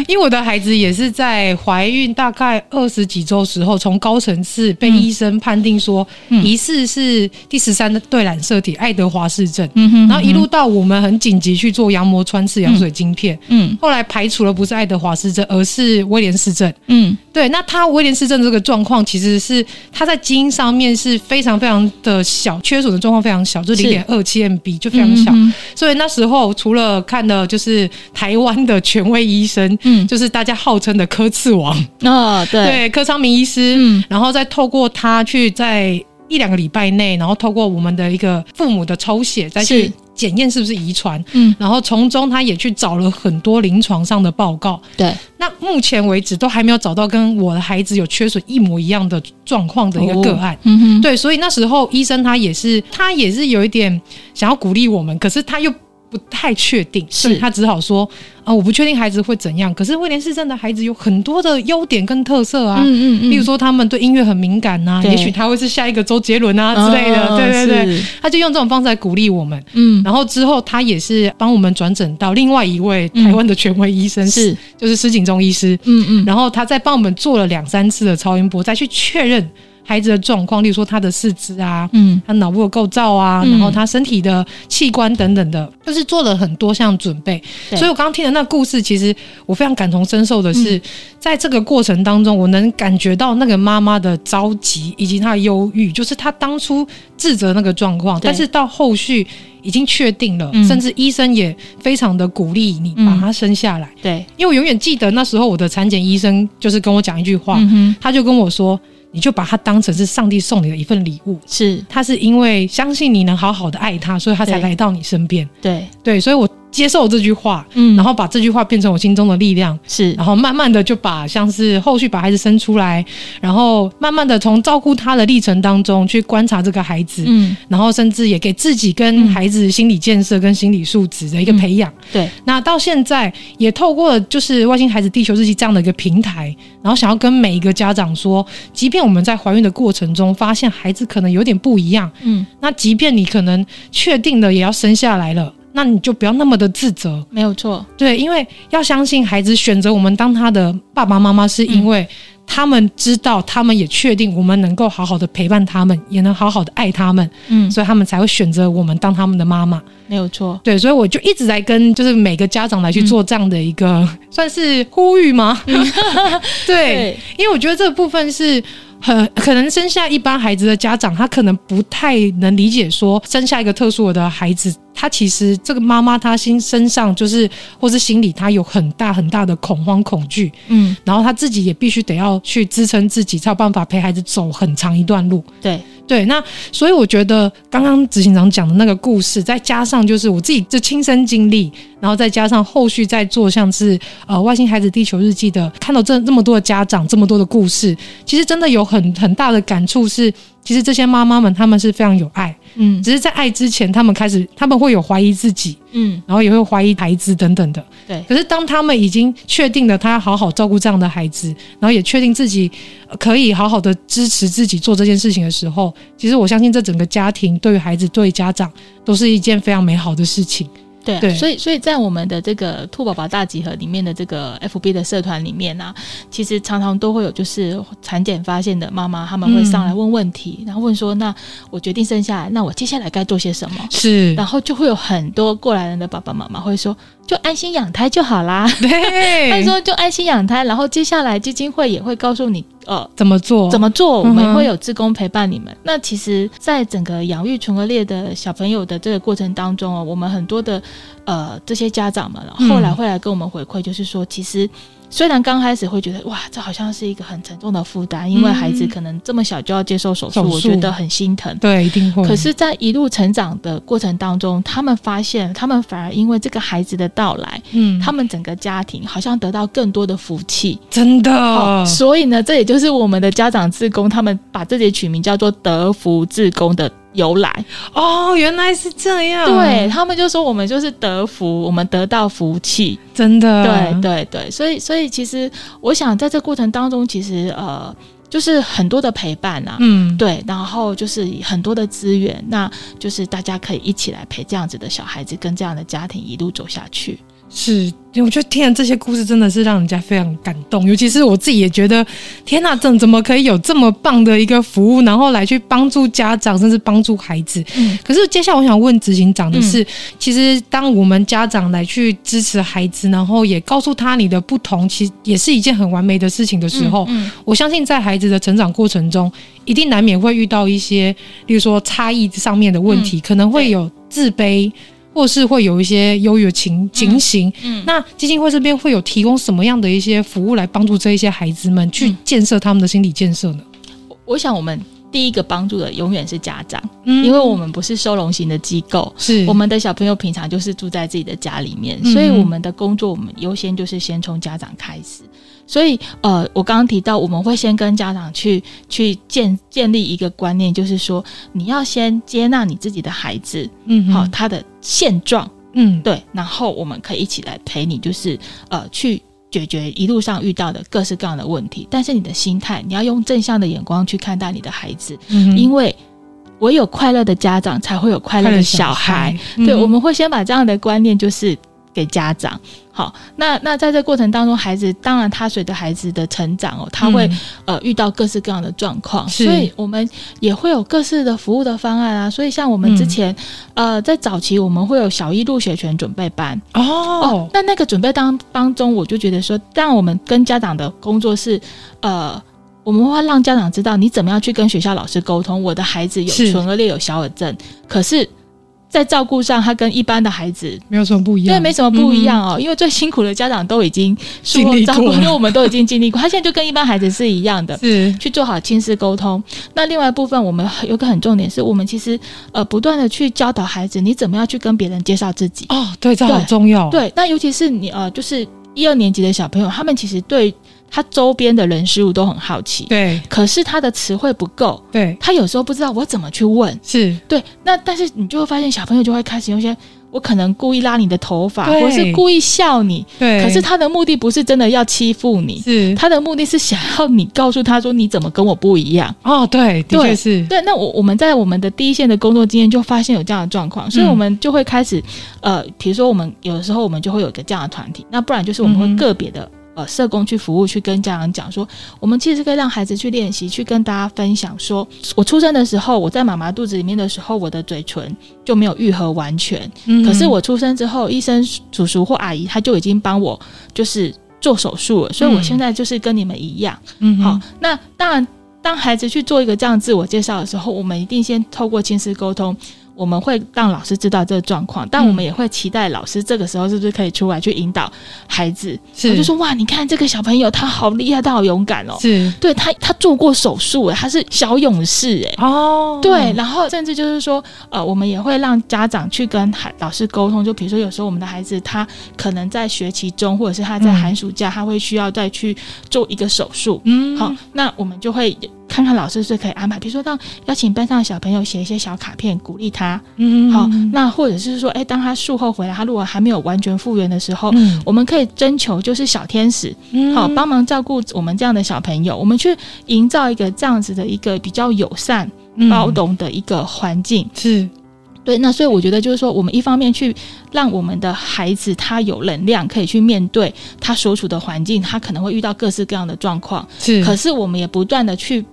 [SPEAKER 4] 因为我的孩子也是在怀孕大概二十几周时候，从高层次被医生判定说、
[SPEAKER 1] 嗯
[SPEAKER 4] 疑似是第十三对染色体爱德华氏症，
[SPEAKER 1] 嗯哼
[SPEAKER 4] 然后一路到我们很紧急去做羊膜穿刺羊水晶片，
[SPEAKER 1] 嗯
[SPEAKER 4] 后来排除了不是爱德华氏症，而是威廉氏症。
[SPEAKER 1] 嗯
[SPEAKER 4] 对，那他威廉氏症这个状况，其实是他在基因上面是非常非常的小，缺损的状况非常小，就是零点二七 MB 就非常小。
[SPEAKER 1] 嗯
[SPEAKER 4] 所以那时候除了看的就是台湾的权威医生，
[SPEAKER 1] 嗯
[SPEAKER 4] 就是大家号称的科次王，
[SPEAKER 1] 哼哦对
[SPEAKER 4] 对，柯昌明医师，
[SPEAKER 1] 嗯
[SPEAKER 4] 然后再透过他去在一两个礼拜内，然后透过我们的一个父母的抽血再
[SPEAKER 1] 是
[SPEAKER 4] 去检验是不是遗传，
[SPEAKER 1] 嗯
[SPEAKER 4] 然后从中他也去找了很多临床上的报告，
[SPEAKER 1] 对
[SPEAKER 4] 那目前为止都还没有找到跟我的孩子有缺损一模一样的状况的一个个案。
[SPEAKER 1] 哦嗯哼
[SPEAKER 4] 对，所以那时候医生他也是，他也是有一点想要鼓励我们，可是他又不太确定，
[SPEAKER 1] 是
[SPEAKER 4] 所以他只好说啊、我不确定孩子会怎样。可是威廉斯症的孩子有很多的优点跟特色啊，
[SPEAKER 1] 嗯嗯嗯，
[SPEAKER 4] 例如说他们对音乐很敏感呐、
[SPEAKER 1] 对
[SPEAKER 4] 也许他会是下一个周杰伦啊之类的。
[SPEAKER 1] 哦
[SPEAKER 4] 对对对，
[SPEAKER 1] 是
[SPEAKER 4] 他就用这种方式来鼓励我们。
[SPEAKER 1] 嗯
[SPEAKER 4] 然后之后，他也是帮我们转诊到另外一位
[SPEAKER 1] 嗯
[SPEAKER 4] 台湾的权威医生，
[SPEAKER 1] 是
[SPEAKER 4] 就是施景忠医师。
[SPEAKER 1] 嗯嗯，
[SPEAKER 4] 然后他再帮我们做了两三次的超音波，再去确认孩子的状况，例如说他的四肢啊，
[SPEAKER 1] 嗯
[SPEAKER 4] 他脑部的构造啊，
[SPEAKER 1] 嗯
[SPEAKER 4] 然后他身体的器官等等的，就是做了很多项准备。
[SPEAKER 1] 对
[SPEAKER 4] 所以我刚刚听的那个故事，其实我非常感同身受的
[SPEAKER 1] 嗯
[SPEAKER 4] 是，在这个过程当中，我能感觉到那个妈妈的着急以及她的忧郁，就是她当初自责那个状况，
[SPEAKER 1] 对
[SPEAKER 4] 但是到后续。已经确定了，
[SPEAKER 1] 嗯
[SPEAKER 4] 甚至医生也非常的鼓励你
[SPEAKER 1] 嗯
[SPEAKER 4] 把她生下来。
[SPEAKER 1] 对，
[SPEAKER 4] 因为我永远记得那时候我的产检医生就是跟我讲一句话，
[SPEAKER 1] 嗯哼，
[SPEAKER 4] 他就跟我说：“你就把它当成是上帝送你的一份礼物。
[SPEAKER 1] 是
[SPEAKER 4] 他是因为相信你能好好的爱他，所以他才
[SPEAKER 1] 对
[SPEAKER 4] 来到你身边。
[SPEAKER 1] 对，
[SPEAKER 4] 对，所以我接受这句话，
[SPEAKER 1] 嗯
[SPEAKER 4] 然后把这句话变成我心中的力量，
[SPEAKER 1] 是
[SPEAKER 4] 然后慢慢的就把像是后续把孩子生出来，然后慢慢的从照顾他的历程当中去观察这个孩子，
[SPEAKER 1] 嗯
[SPEAKER 4] 然后甚至也给自己跟孩子心理建设跟心理素质的一个
[SPEAKER 1] 嗯
[SPEAKER 4] 培养。
[SPEAKER 1] 对，
[SPEAKER 4] 那到现在也透过就是外星孩子地球日记这样的一个平台，然后想要跟每一个家长说，即便我们在怀孕的过程中发现孩子可能有点不一样，
[SPEAKER 1] 嗯
[SPEAKER 4] 那即便你可能确定了也要生下来了，那你就不要那么的自责，
[SPEAKER 1] 没有错，
[SPEAKER 4] 对，因为要相信孩子选择我们当他的爸爸妈妈，是因为他们知道，他们也确定我们能够好好的陪伴他们，也能好好的爱他们，
[SPEAKER 1] 嗯
[SPEAKER 4] 所以他们才会选择我们当他们的妈妈。
[SPEAKER 1] 没有错，
[SPEAKER 4] 对，所以我就一直在跟就是每个家长来去做这样的一个、算是呼吁吗？ <laughs> 对，
[SPEAKER 1] 对
[SPEAKER 4] 因为我觉得这个部分是很可能生下一般孩子的家长，他可能不太能理解说生下一个特殊的孩子，他其实这个妈妈她心身上就是或是心里她有很大很大的恐慌恐惧，
[SPEAKER 1] 嗯
[SPEAKER 4] 然后她自己也必须得要去支撑自己，才有办法陪孩子走很长一段路。
[SPEAKER 1] 对，
[SPEAKER 4] 对，那所以我觉得刚刚执行长讲的那个故事，再加上就是我自己这亲身经历，然后再加上后续在做像是呃《外星孩子地球日记》的，看到这这么多的家长，这么多的故事，其实真的有很很大的感触是，其实这些妈妈们她们是非常有爱，
[SPEAKER 1] 嗯
[SPEAKER 4] 只是在爱之前，她们开始她们会有怀疑自己，
[SPEAKER 1] 嗯
[SPEAKER 4] 然后也会怀疑孩子等等的。
[SPEAKER 1] 对，
[SPEAKER 4] 可是当他们已经确定了他要好好照顾这样的孩子，然后也确定自己呃可以好好的支持自己做这件事情的时候，其实我相信这整个家庭对于孩子、对于家长都是一件非常美好的事情。
[SPEAKER 1] 对啊，
[SPEAKER 4] 对
[SPEAKER 1] 所以所以在我们的这个兔宝宝大集合里面的这个 FB 的社团里面啊，其实常常都会有就是产检发现的妈妈，他们会
[SPEAKER 4] 嗯
[SPEAKER 1] 上来问问题，然后问说，那我决定生下来，那我接下来该做些什么？
[SPEAKER 4] 是
[SPEAKER 1] 然后就会有很多过来人的爸爸妈妈会说，就安心养胎就好啦。
[SPEAKER 4] 对，
[SPEAKER 1] 哎他说就安心养胎，然后接下来基金会也会告诉你呃
[SPEAKER 4] 怎么做？
[SPEAKER 1] 怎
[SPEAKER 4] 么
[SPEAKER 1] 么做，我
[SPEAKER 4] 嗯哼
[SPEAKER 1] 们也会有志工陪伴你们。那其实，在整个养育唇腭裂的小朋友的这个过程当中哦，我们很多的呃这些家长们哦
[SPEAKER 4] 嗯
[SPEAKER 1] 后来会来跟我们回馈，就是说，其实虽然刚开始会觉得哇，这好像是一个很沉重的负担，因为孩子可能这么小就要接受手术，
[SPEAKER 4] 嗯手术
[SPEAKER 1] 我觉得很心疼。
[SPEAKER 4] 对，一定会。
[SPEAKER 1] 可是，在一路成长的过程当中，他们发现，他们反而因为这个孩子的到来，
[SPEAKER 4] 嗯，
[SPEAKER 1] 他们整个家庭好像得到更多的福气。
[SPEAKER 4] 真的、
[SPEAKER 1] 哦，所以呢，这也就是我们的家长志工，他们把自己取名叫做“德福志工”的由来。
[SPEAKER 4] 哦，原来是这样，
[SPEAKER 1] 对，他们就说我们就是德福，我们得到福气。
[SPEAKER 4] 真的，
[SPEAKER 1] 对对对，所以所以其实我想，在这过程当中，其实呃，就是很多的陪伴啊。
[SPEAKER 4] 嗯，
[SPEAKER 1] 对，然后就是很多的资源，那就是大家可以一起来陪这样子的小孩子，跟这样的家庭一路走下去。
[SPEAKER 4] 是，我觉得天啊，这些故事真的是让人家非常感动，尤其是我自己也觉得，天呐，怎怎么可以有这么棒的一个服务，然后来去帮助家长，甚至帮助孩子？
[SPEAKER 1] 嗯
[SPEAKER 4] 可是接下来我想问执行长的是，其实当我们家长来去支持孩子，然后也告诉他你的不同，其实也是一件很完美的事情的时候，
[SPEAKER 1] 嗯
[SPEAKER 4] 我相信在孩子的成长过程中，一定难免会遇到一些，例如说差异上面的问
[SPEAKER 1] 嗯
[SPEAKER 4] 题，可能会有自卑，或是会有一些优越情情形。
[SPEAKER 1] 嗯
[SPEAKER 4] 那基金会这边会有提供什么样的一些服务来帮助这一些孩子们去
[SPEAKER 1] 嗯
[SPEAKER 4] 建设他们的心理建设呢？
[SPEAKER 1] 我我想我们第一个帮助的永远是家长，
[SPEAKER 4] 嗯
[SPEAKER 1] 因为我们不是收容型的机构，
[SPEAKER 4] 是
[SPEAKER 1] 我们的小朋友平常就是住在自己的家里面，
[SPEAKER 4] 嗯
[SPEAKER 1] 所以我们的工作我们优先就是先从家长开始。所以，呃，我刚刚提到，我们会先跟家长去去建建立一个观念，就是说，你要先接纳你自己的孩子，
[SPEAKER 4] 嗯
[SPEAKER 1] 好、他的现状，
[SPEAKER 4] 嗯
[SPEAKER 1] 对，然后我们可以一起来陪你，就是呃，去解决一路上遇到的各式各样的问题。但是你的心态，你要用正向的眼光去看待你的孩子，
[SPEAKER 4] 嗯
[SPEAKER 1] 因为唯有快乐的家长才会有快乐的小孩。，
[SPEAKER 4] 嗯
[SPEAKER 1] 对，我们会先把这样的观念就是给家长。好，那那在这过程当中，孩子当然他随着孩子的成长哦，他会、
[SPEAKER 4] 嗯
[SPEAKER 1] 呃遇到各式各样的状况，
[SPEAKER 4] 是
[SPEAKER 1] 所以我们也会有各式的服务的方案啊。所以像我
[SPEAKER 4] 嗯
[SPEAKER 1] 们之前、呃在早期我们会有小一入学前准备班
[SPEAKER 4] 哦，
[SPEAKER 1] 那那个准备当当中，我就觉得说，但我们跟家长的工作是呃。我们会让家长知道你怎么样去跟学校老师沟通，我的孩子有
[SPEAKER 4] 是
[SPEAKER 1] 唇腭裂、有小耳症，可是，在照顾上他跟一般的孩子
[SPEAKER 4] 没有什么不一样，
[SPEAKER 1] 对，没什么不一样哦，因为最辛苦的家长都已经疏
[SPEAKER 4] 经
[SPEAKER 1] 漏
[SPEAKER 4] 历
[SPEAKER 1] 照
[SPEAKER 4] 嗯过
[SPEAKER 1] 顾，
[SPEAKER 4] 了
[SPEAKER 1] 因为我们都已经经历过，他现在就跟一般孩子是一样的。
[SPEAKER 4] 是
[SPEAKER 1] 去做好亲子沟通。那另外一部分，我们有个很重点是，我们其实呃不断的去教导孩子，你怎么样去跟别人介绍自己。
[SPEAKER 4] 哦，对，这
[SPEAKER 1] 对
[SPEAKER 4] 好重要，
[SPEAKER 1] 对，那尤其是你呃，就是一二年级的小朋友，他们其实对他周边的人事物都很好奇，
[SPEAKER 4] 对
[SPEAKER 1] 可是他的词汇不够，
[SPEAKER 4] 对
[SPEAKER 1] 他有时候不知道我怎么去问。
[SPEAKER 4] 是，
[SPEAKER 1] 对，那但是你就会发现，小朋友就会开始用一些我可能故意拉你的头发，
[SPEAKER 4] 对
[SPEAKER 1] 或是故意笑你，
[SPEAKER 4] 对，
[SPEAKER 1] 可是他的目的不是真的要欺负你，
[SPEAKER 4] 是
[SPEAKER 1] 他的目的是想要你告诉他说你怎么跟我不一样。
[SPEAKER 4] 哦，对，的确
[SPEAKER 1] 对
[SPEAKER 4] 是，
[SPEAKER 1] 对，那我我们在我们的第一线的工作经验就发现有这样的状况，所以
[SPEAKER 4] 嗯
[SPEAKER 1] 我们就会开始，呃，比如说我们有的时候我们就会有一个这样的团体，那不然就是我们
[SPEAKER 4] 嗯哼
[SPEAKER 1] 会个别的。呃，社工去服务，去跟家长讲说，我们其实可以让孩子去练习，去跟大家分享说，我出生的时候，我在妈妈肚子里面的时候，我的嘴唇就没有愈合完全，
[SPEAKER 4] 嗯
[SPEAKER 1] 可是我出生之后，医生叔叔或阿姨他就已经帮我就是做手术了，所以我
[SPEAKER 4] 嗯
[SPEAKER 1] 现在就是跟你们一样。
[SPEAKER 4] 嗯
[SPEAKER 1] 好，，那当然，当孩子去做一个这样自我介绍的时候，我们一定先透过亲子沟通。我们会让老师知道这个状况，但我
[SPEAKER 4] 嗯
[SPEAKER 1] 们也会期待老师这个时候是不是可以出来去引导孩子。我
[SPEAKER 4] 是
[SPEAKER 1] 就说哇，你看这个小朋友他好厉害，他好勇敢哦！
[SPEAKER 4] 是
[SPEAKER 1] 对他，他做过手术，欸他是小勇士哎。
[SPEAKER 4] 哦，
[SPEAKER 1] 对，然后甚至就是说，呃，我们也会让家长去跟孩老师沟通，就比如说有时候我们的孩子他可能在学期中，或者是他在
[SPEAKER 4] 嗯
[SPEAKER 1] 寒暑假，他会需要再去做一个手术。
[SPEAKER 4] 嗯，
[SPEAKER 1] 好，那我们就会看看老师是可以安排，比如说让邀请班上的小朋友写一些小卡片鼓励他。
[SPEAKER 4] 嗯，嗯，
[SPEAKER 1] 好，
[SPEAKER 4] 嗯
[SPEAKER 1] 那或者是说，哎，当他术后回来，他如果还没有完全复原的时候，
[SPEAKER 4] 嗯
[SPEAKER 1] 我们可以征求就是小天使，
[SPEAKER 4] 嗯
[SPEAKER 1] 好帮忙照顾我们这样的小朋友，我们去营造一个这样子的一个比较友善、
[SPEAKER 4] 嗯
[SPEAKER 1] 包容的一个环境。
[SPEAKER 4] 是
[SPEAKER 1] 对，那所以我觉得就是说，我们一方面去让我们的孩子他有能量，可以去面对他所处的环境，他可能会遇到各式各样的状况。
[SPEAKER 4] 是，
[SPEAKER 1] 可是我们也不断的去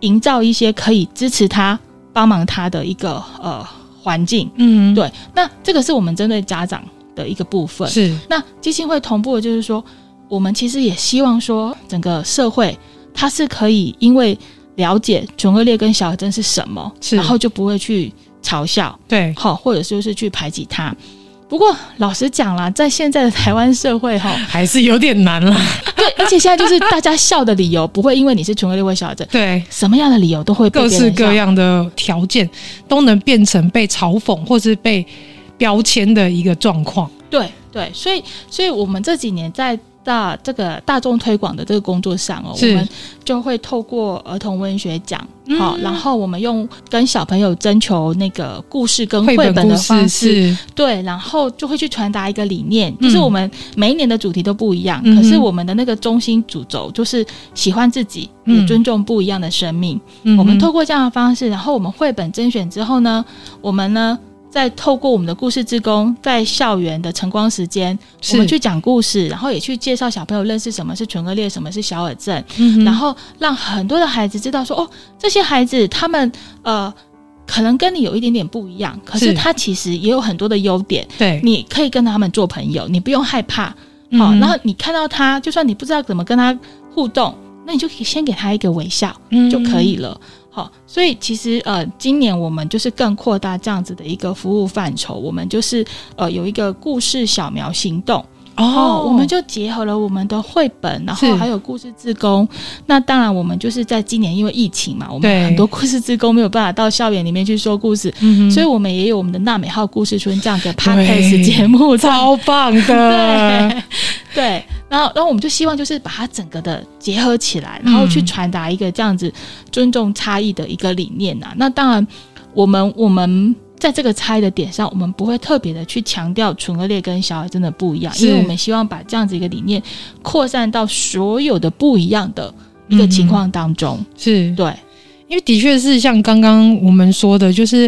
[SPEAKER 1] 营造一些可以支持他、帮忙他的一个呃环境。
[SPEAKER 4] 嗯，
[SPEAKER 1] 对，那这个是我们针对家长的一个部分。
[SPEAKER 4] 是
[SPEAKER 1] 那基金会同步的就是说，我们其实也希望说整个社会。他是可以因为了解准恶劣跟小癌症是什么，
[SPEAKER 4] 是
[SPEAKER 1] 然后就不会去嘲笑，
[SPEAKER 4] 对，
[SPEAKER 1] 好，或者就是去排挤他。不过老实讲啦，在现在的台湾社会
[SPEAKER 4] <laughs>
[SPEAKER 1] 哈，
[SPEAKER 4] 还是有点难
[SPEAKER 1] <laughs>
[SPEAKER 4] 啦。
[SPEAKER 1] 对，而且现在就是大家笑的理由不会因为你是唇腭裂或小癌症，
[SPEAKER 4] 对，
[SPEAKER 1] 什么样的理由都会被
[SPEAKER 4] 各
[SPEAKER 1] 别
[SPEAKER 4] 式
[SPEAKER 1] 人笑
[SPEAKER 4] 各。样的条件都能变成被嘲讽或是被标签的一个状况。
[SPEAKER 1] 对对，所以所以我们这几年在大这个大众推广的这个工作上哦，我
[SPEAKER 4] 是
[SPEAKER 1] 们就会透过儿童文学奖，好、
[SPEAKER 4] 嗯
[SPEAKER 1] 然后我们用跟小朋友征求那个故事跟嗯绘
[SPEAKER 4] 绘本故
[SPEAKER 1] 的方
[SPEAKER 4] 事
[SPEAKER 1] 式，
[SPEAKER 4] 是
[SPEAKER 1] 对，然后就会去传达一个理念，
[SPEAKER 4] 嗯
[SPEAKER 1] 就是我们每一年的主题都不一样，
[SPEAKER 4] 嗯哼
[SPEAKER 1] 可是我们的那个中心主轴就是喜欢自己，
[SPEAKER 4] 嗯
[SPEAKER 1] 也尊重不一样的生命。
[SPEAKER 4] 嗯哼
[SPEAKER 1] 我们透过这样的方式，然后我们绘本甄选之后呢，我们呢再透过我们的故事志工，在校园的晨光时间，我
[SPEAKER 4] 是
[SPEAKER 1] 们去讲故事，然后也去介绍小朋友认识什么是唇腭裂，什么是小耳症，
[SPEAKER 4] 嗯哼
[SPEAKER 1] 然后让很多的孩子知道说，哦，这些孩子他们呃。可能跟你有一点点不一样，可
[SPEAKER 4] 是
[SPEAKER 1] 是他其实也有很多的优点，
[SPEAKER 4] 对，
[SPEAKER 1] 你可以跟他们做朋友，你不用害怕。好、
[SPEAKER 4] 嗯哼
[SPEAKER 1] 然后你看到他，就算你不知道怎么跟他互动，那你就可以先给他一个微笑，就
[SPEAKER 4] 嗯
[SPEAKER 1] 可以了。好，所以其实呃，今年我们就是更扩大这样子的一个服务范畴，我们就是呃有一个故事小苗行动
[SPEAKER 4] 哦，
[SPEAKER 1] 我们就结合了我们的绘本，然
[SPEAKER 4] 是
[SPEAKER 1] 后还有故事志工。那当然，我们就是在今年因为疫情嘛，我
[SPEAKER 4] 对
[SPEAKER 1] 们很多故事志工没有办法到校园里面去说故事，
[SPEAKER 4] 嗯哼
[SPEAKER 1] 所以我们也有我们的娜美号故事村这样的 podcast 节目在。
[SPEAKER 4] 超棒的，
[SPEAKER 1] <laughs> 对对，然后然后我们就希望就是把它整个的结合起来，然后去
[SPEAKER 4] 嗯
[SPEAKER 1] 传达一个这样子尊重差异的一个理念呐、那当然，我们我们在这个差异的点上，我们不会特别的去强调唇腭裂跟小孩真的不一样，因为
[SPEAKER 4] 是
[SPEAKER 1] 我们希望把这样子一个理念扩散到所有的不一样的一个情况当中。
[SPEAKER 4] 是
[SPEAKER 1] 对，
[SPEAKER 4] 因为的确是像刚刚我们说的，就是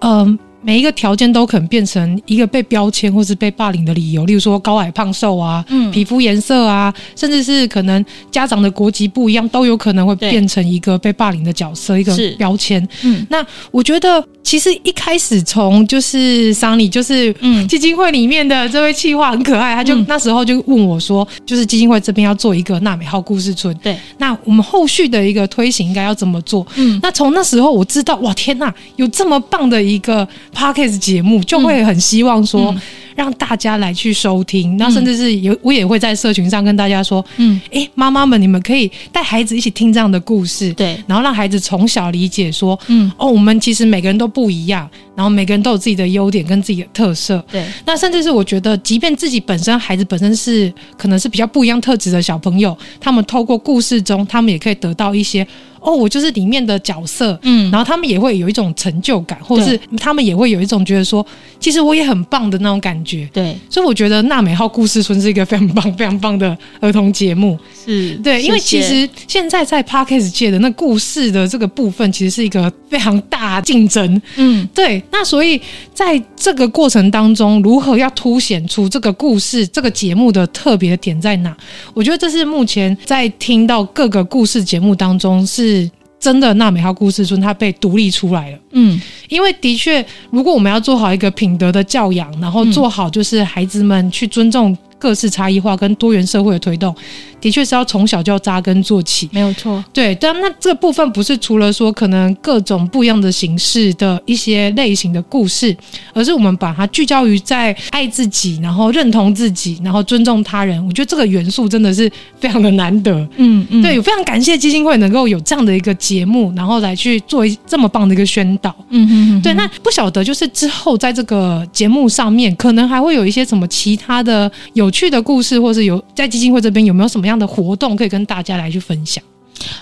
[SPEAKER 4] 嗯、呃每一个条件都可能变成一个被标签或是被霸凌的理由，例如说高矮胖瘦啊，
[SPEAKER 1] 嗯
[SPEAKER 4] 皮肤颜色啊，甚至是可能家长的国籍不一样，都有可能会
[SPEAKER 1] 对
[SPEAKER 4] 变成一个被霸凌的角色，一个
[SPEAKER 1] 是
[SPEAKER 4] 标签。
[SPEAKER 1] 嗯
[SPEAKER 4] 我觉得其实一开始从就是桑尼就是。
[SPEAKER 1] 嗯，
[SPEAKER 4] 基金会里面的这位企划很可爱，他就、
[SPEAKER 1] 嗯
[SPEAKER 4] 那时候就问我说，就是基金会这边要做一个娜美号故事村，
[SPEAKER 1] 对，
[SPEAKER 4] 那我们后续的一个推行应该要怎么做？
[SPEAKER 1] 嗯
[SPEAKER 4] 那从那时候我知道，哇，天呐，有这么棒的一个 podcast 节目，就会很希望说、
[SPEAKER 1] 嗯
[SPEAKER 4] 让大家来去收听，那甚至是有我也会在社群上跟大家说，
[SPEAKER 1] 嗯，
[SPEAKER 4] 诶，妈妈们，你们可以带孩子一起听这样的故事，
[SPEAKER 1] 对，
[SPEAKER 4] 然后让孩子从小理解说，
[SPEAKER 1] 嗯
[SPEAKER 4] 哦，我们其实每个人都不一样，然后每个人都有自己的优点跟自己的特色。
[SPEAKER 1] 对，
[SPEAKER 4] 那甚至是我觉得，即便自己本身孩子本身是可能是比较不一样特质的小朋友，他们透过故事中，他们也可以得到一些哦，我就是里面的角色，
[SPEAKER 1] 嗯
[SPEAKER 4] 然后他们也会有一种成就感，或者是他们也会有一种觉得说，其实我也很棒的那种感觉。
[SPEAKER 1] 对，
[SPEAKER 4] 所以我觉得《娜美号故事村》是一个非常棒、非常棒的儿童节目。
[SPEAKER 1] 是，
[SPEAKER 4] 对，因为
[SPEAKER 1] 谢
[SPEAKER 4] 其
[SPEAKER 1] 谢
[SPEAKER 4] 实现在在 podcast 界的那故事的这个部分，其实是一个非常大竞争。
[SPEAKER 1] 嗯
[SPEAKER 4] 对，那所以在这个过程当中，如何要凸显出这个故事、这个节目的特别点在哪？我觉得这是目前在听到各个故事节目当中，是真的娜美号故事村它被独立出来了。
[SPEAKER 1] 嗯
[SPEAKER 4] 因为的确，如果我们要做好一个品德的教养，然后做好就是孩子们去尊重各式差异化跟多元社会的推动，的确是要从小就要扎根做起。
[SPEAKER 1] 没有错，
[SPEAKER 4] 对，但那这部分不是除了说可能各种不一样的形式的一些类型的故事，而是我们把它聚焦于在爱自己，然后认同自己，然后尊重他人。我觉得这个元素真的是非常的难得。
[SPEAKER 1] 嗯嗯，
[SPEAKER 4] 对，非常感谢基金会能够有这样的一个节目，然后来去做一这么棒的一个宣导。
[SPEAKER 1] 嗯，嗯嗯嗯，
[SPEAKER 4] 对，那不晓得就是之后在这个节目上面，可能还会有一些什么其他的有趣的故事，或是有在基金会这边有没有什么样的活动可以跟大家来去分享？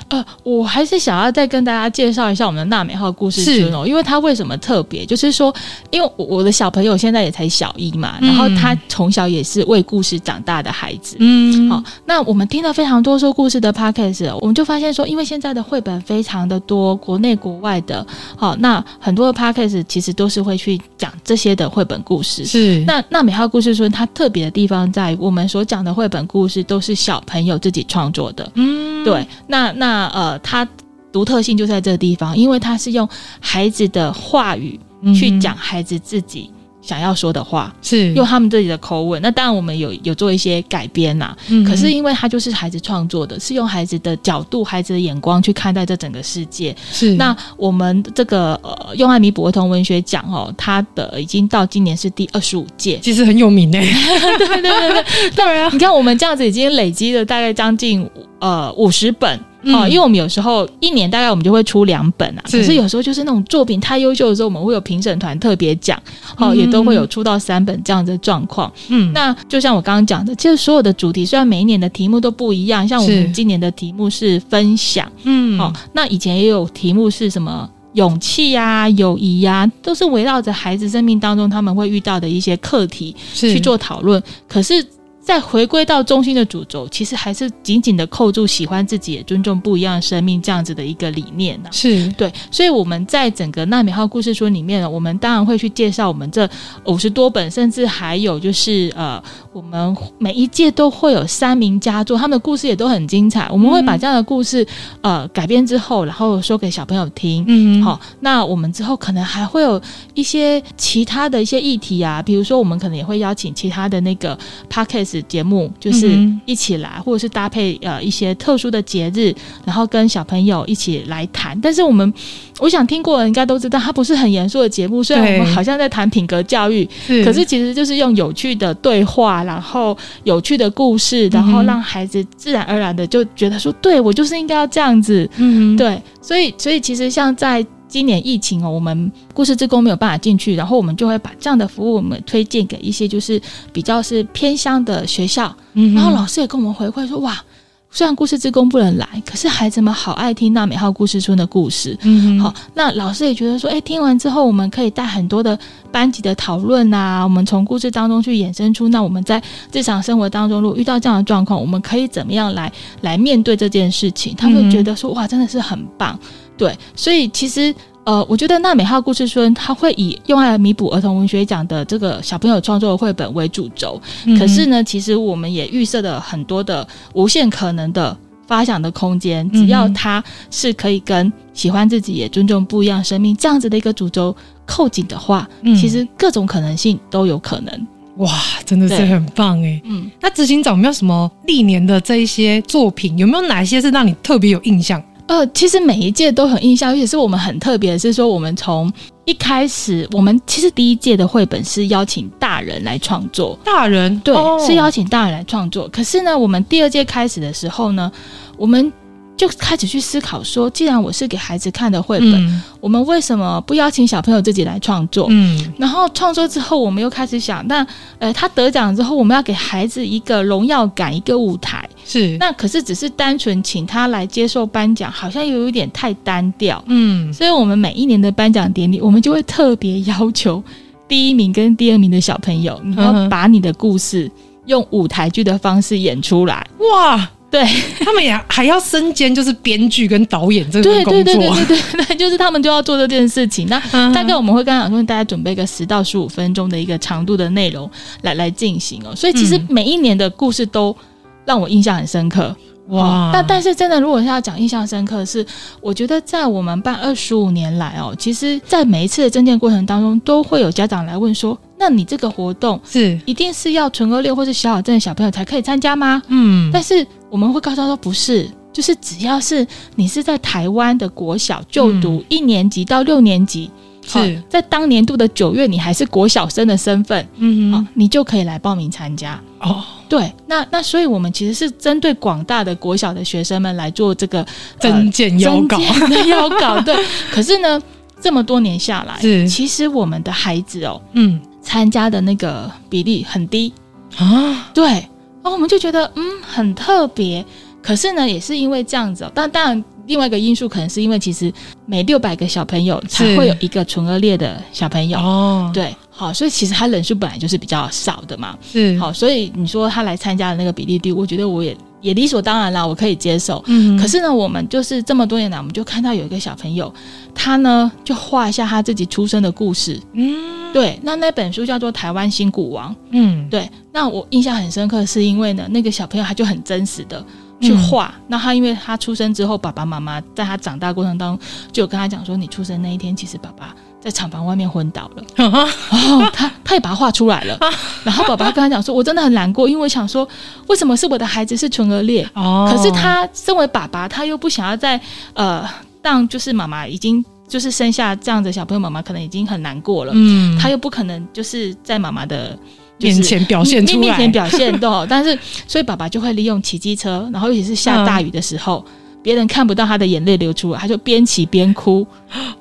[SPEAKER 1] 呃，我还是想要再跟大家介绍一下我们的娜美号故事村哦，因为它为什么特别，就是说，因为我我的小朋友现在也才小一嘛，
[SPEAKER 4] 嗯
[SPEAKER 1] 然后他从小也是为故事长大的孩子。
[SPEAKER 4] 嗯，
[SPEAKER 1] 好，那我们听了非常多说故事的 podcast，哦我们就发现说，因为现在的绘本非常的多，国内国外的，好，那很多的 podcast 其实都是会去讲这些的绘本故事。
[SPEAKER 4] 是
[SPEAKER 1] 那那美号故事村它特别的地方在于，我们所讲的绘本故事都是小朋友自己创作的，
[SPEAKER 4] 嗯
[SPEAKER 1] 对，那那呃，它独特性
[SPEAKER 4] 嗯
[SPEAKER 1] 就在这个地方，因为它是用孩子的话语去讲孩子自己。想要说的话，
[SPEAKER 4] 是
[SPEAKER 1] 用他们自己的口吻。那当然，我们有有做一些改编啦、
[SPEAKER 4] 嗯
[SPEAKER 1] 可是因为他就是孩子创作的，是用孩子的角度、孩子的眼光去看待这整个世界。
[SPEAKER 4] 是。
[SPEAKER 1] 那我们这个呃，用爱弥补儿童文学奖哦，它的已经到今年是第二十五届
[SPEAKER 4] 其实很有名呢、
[SPEAKER 1] 对对对对，
[SPEAKER 4] 对啊，
[SPEAKER 1] 你看我们这样子已经累积了大概将近呃五十本。哦、
[SPEAKER 4] 嗯
[SPEAKER 1] 因为我们有时候一年大概我们就会出两本啊，
[SPEAKER 4] 是
[SPEAKER 1] 可是有时候就是那种作品太优秀的时候，我们会有评审团特别奖，哦、
[SPEAKER 4] 嗯
[SPEAKER 1] 也都会有出到三本这样的状况。
[SPEAKER 4] 嗯，
[SPEAKER 1] 那就像我刚刚讲的，其实所有的主题虽然每一年的题目都不一样，像我
[SPEAKER 4] 是
[SPEAKER 1] 们今年的题目是分享，
[SPEAKER 4] 嗯
[SPEAKER 1] 哦，那以前也有题目是什么勇气呀、友谊呀，都是围绕着孩子生命当中他们会遇到的一些课题
[SPEAKER 4] 是
[SPEAKER 1] 去做讨论。可是，再回归到中心的主轴，其实还是紧紧的扣住喜欢自己，也尊重不一样的生命这样子的一个理念呢、
[SPEAKER 4] 是
[SPEAKER 1] 对，所以我们在整个纳米号故事书里面呢，我们当然会去介绍我们这五十多本，甚至还有就是呃，我们每一届都会有三名佳作，他们的故事也都很精彩。我们会把这样的故事呃改编之后，然后说给小朋友听。
[SPEAKER 4] 嗯
[SPEAKER 1] 好、那我们之后可能还会有一些其他的一些议题啊，比如说我们可能也会邀请其他的那个 podcast 节目，就是
[SPEAKER 4] 嗯哼
[SPEAKER 1] 一起来，或者是搭配呃一些特殊的节日，然后跟小朋友一起来谈。但是我们，我想听过的应该都知道，它不是很严肃的节目，虽然
[SPEAKER 4] 对
[SPEAKER 1] 我们好像在谈品格教育，
[SPEAKER 4] 是
[SPEAKER 1] 可是其实就是用有趣的对话，然后有趣的故事，然后
[SPEAKER 4] 嗯哼
[SPEAKER 1] 让孩子自然而然的就觉得说，对我就是应该要这样子，
[SPEAKER 4] 嗯
[SPEAKER 1] 对，所以所以其实像在今年疫情哦，我们故事之工没有办法进去，然后我们就会把这样的服务我们推荐给一些就是比较是偏乡的学校，
[SPEAKER 4] 嗯
[SPEAKER 1] 然后老师也跟我们回馈说，哇，虽然故事之工不能来，可是孩子们好爱听娜美号故事村的故事。
[SPEAKER 4] 嗯
[SPEAKER 1] 好，那老师也觉得说，哎，听完之后，我们可以带很多的班级的讨论啊，我们从故事当中去衍生出，那我们在日常生活当中，如果遇到这样的状况，我们可以怎么样来来面对这件事情？他
[SPEAKER 4] 嗯
[SPEAKER 1] 们觉得说，哇，真的是很棒，对，所以其实。呃，我觉得娜美号故事村，它会以用来弥补儿童文学奖的这个小朋友创作的绘本为主轴，
[SPEAKER 4] 嗯
[SPEAKER 1] 可是呢，其实我们也预设了很多的无限可能的发想的空间，只要
[SPEAKER 4] 嗯哼
[SPEAKER 1] 它是可以跟喜欢自己也尊重不一样生命这样子的一个主轴扣紧的话，
[SPEAKER 4] 嗯
[SPEAKER 1] 其实各种可能性都有可能。
[SPEAKER 4] 哇，真的是
[SPEAKER 1] 对
[SPEAKER 4] 很棒哎。
[SPEAKER 1] 嗯，
[SPEAKER 4] 那执行长有没有什么历年的这一些作品，有没有哪一些是让你特别有印象？
[SPEAKER 1] 呃，其实每一届都很印象，而且是我们很特别的是说，我们从一开始，我们其实第一届的绘本是邀请大人来创作，
[SPEAKER 4] 大人
[SPEAKER 1] 对，
[SPEAKER 4] 哦
[SPEAKER 1] 是邀请大人来创作。可是呢，我们第二届开始的时候呢，我们就开始去思考说，既然我是给孩子看的绘本，
[SPEAKER 4] 嗯
[SPEAKER 1] 我们为什么不邀请小朋友自己来创作？
[SPEAKER 4] 嗯
[SPEAKER 1] 然后创作之后，我们又开始想，那呃，他得奖之后，我们要给孩子一个荣耀感，一个舞台。
[SPEAKER 4] 是
[SPEAKER 1] 那可是只是单纯请他来接受颁奖，好像有一点太单调。
[SPEAKER 4] 嗯
[SPEAKER 1] 所以，我们每一年的颁奖典礼，我们就会特别要求第一名跟第二名的小朋友，你
[SPEAKER 4] 嗯
[SPEAKER 1] 要把你的故事用舞台剧的方式演出来。
[SPEAKER 4] 哇，
[SPEAKER 1] 对，
[SPEAKER 4] 他们也 <laughs> 还要身兼就是编剧跟导演这
[SPEAKER 1] 对
[SPEAKER 4] 个
[SPEAKER 1] 对对
[SPEAKER 4] 工
[SPEAKER 1] 对
[SPEAKER 4] 作，
[SPEAKER 1] 对对对，就是他们就要做这件事情。那
[SPEAKER 4] 嗯
[SPEAKER 1] 大概我们会跟他讲说，大家准备个十到十五分钟的一个长度的内容来来进行哦。所以，其实
[SPEAKER 4] 嗯
[SPEAKER 1] 每一年的故事都让我印象很深刻。
[SPEAKER 4] 哇
[SPEAKER 1] 哦，但但是真的，如果是要讲印象深刻的是，我觉得在我们办二十五年来哦，其实，在每一次的征件过程当中，都会有家长来问说：“那你这个活动
[SPEAKER 4] 是
[SPEAKER 1] 一定是要唇腭六或是小小症的小朋友才可以参加吗？”
[SPEAKER 4] 嗯
[SPEAKER 1] 但是我们会告诉他说：“不是。”就是只要是你是在台湾的国小就读一年级到六年级，
[SPEAKER 4] 嗯是
[SPEAKER 1] 好在当年度的九月，你还是国小生的身份，
[SPEAKER 4] 嗯
[SPEAKER 1] 好
[SPEAKER 4] 哼，
[SPEAKER 1] 你就可以来报名参加。
[SPEAKER 4] 哦
[SPEAKER 1] 对，那那所以我们其实是针对广大的国小的学生们来做这个
[SPEAKER 4] 呃增减邀稿
[SPEAKER 1] 增减
[SPEAKER 4] <laughs>
[SPEAKER 1] 的邀稿。对，可是呢，这么多年下来，
[SPEAKER 4] 是
[SPEAKER 1] 其实我们的孩子哦
[SPEAKER 4] 嗯
[SPEAKER 1] 参加的那个比例很低，
[SPEAKER 4] 啊
[SPEAKER 1] 对，然后我们就觉得嗯很特别。可是呢，也是因为这样子、哦，但当然另外一个因素可能是因为其实每六百个小朋友才
[SPEAKER 4] 是
[SPEAKER 1] 会有一个唇腭裂的小朋友，
[SPEAKER 4] 哦
[SPEAKER 1] 对，好，所以其实他人数本来就是比较少的嘛，
[SPEAKER 4] 是
[SPEAKER 1] 好，所以你说他来参加的那个比例低，我觉得我也也理所当然啦，我可以接受。
[SPEAKER 4] 嗯
[SPEAKER 1] 可是呢，我们就是这么多年来，我们就看到有一个小朋友，他呢就画一下他自己出生的故事。
[SPEAKER 4] 嗯
[SPEAKER 1] 对，那那本书叫做《台湾新古王》。
[SPEAKER 4] 嗯
[SPEAKER 1] 对，那我印象很深刻，是因为呢，那个小朋友他就很真实的去
[SPEAKER 4] 嗯
[SPEAKER 1] 画。那他因为他出生之后，爸爸妈妈在他长大过程当中就有跟他讲说，你出生那一天，其实爸爸。在厂房外面昏倒
[SPEAKER 4] <laughs>
[SPEAKER 1] 了。哦，他他也把它画出来了。然后爸爸跟他讲说：“我真的很难过，因为我想说，为什么是我的孩子是唇腭裂？
[SPEAKER 4] 哦，
[SPEAKER 1] 可是他身为爸爸，他又不想要在呃，让就是妈妈已经就是生下这样的小朋友，妈妈可能已经很难过了，
[SPEAKER 4] 嗯，
[SPEAKER 1] 他又不可能就是在妈妈的。”就是
[SPEAKER 4] 面前表现出
[SPEAKER 1] 面面
[SPEAKER 4] 来
[SPEAKER 1] 前，表现都好，但
[SPEAKER 4] <laughs>
[SPEAKER 1] 是所以爸爸就会利用骑机车，然后尤其是下大雨的时候，
[SPEAKER 4] 嗯
[SPEAKER 1] 别、人看不到他的眼泪流出来，他就边骑边哭。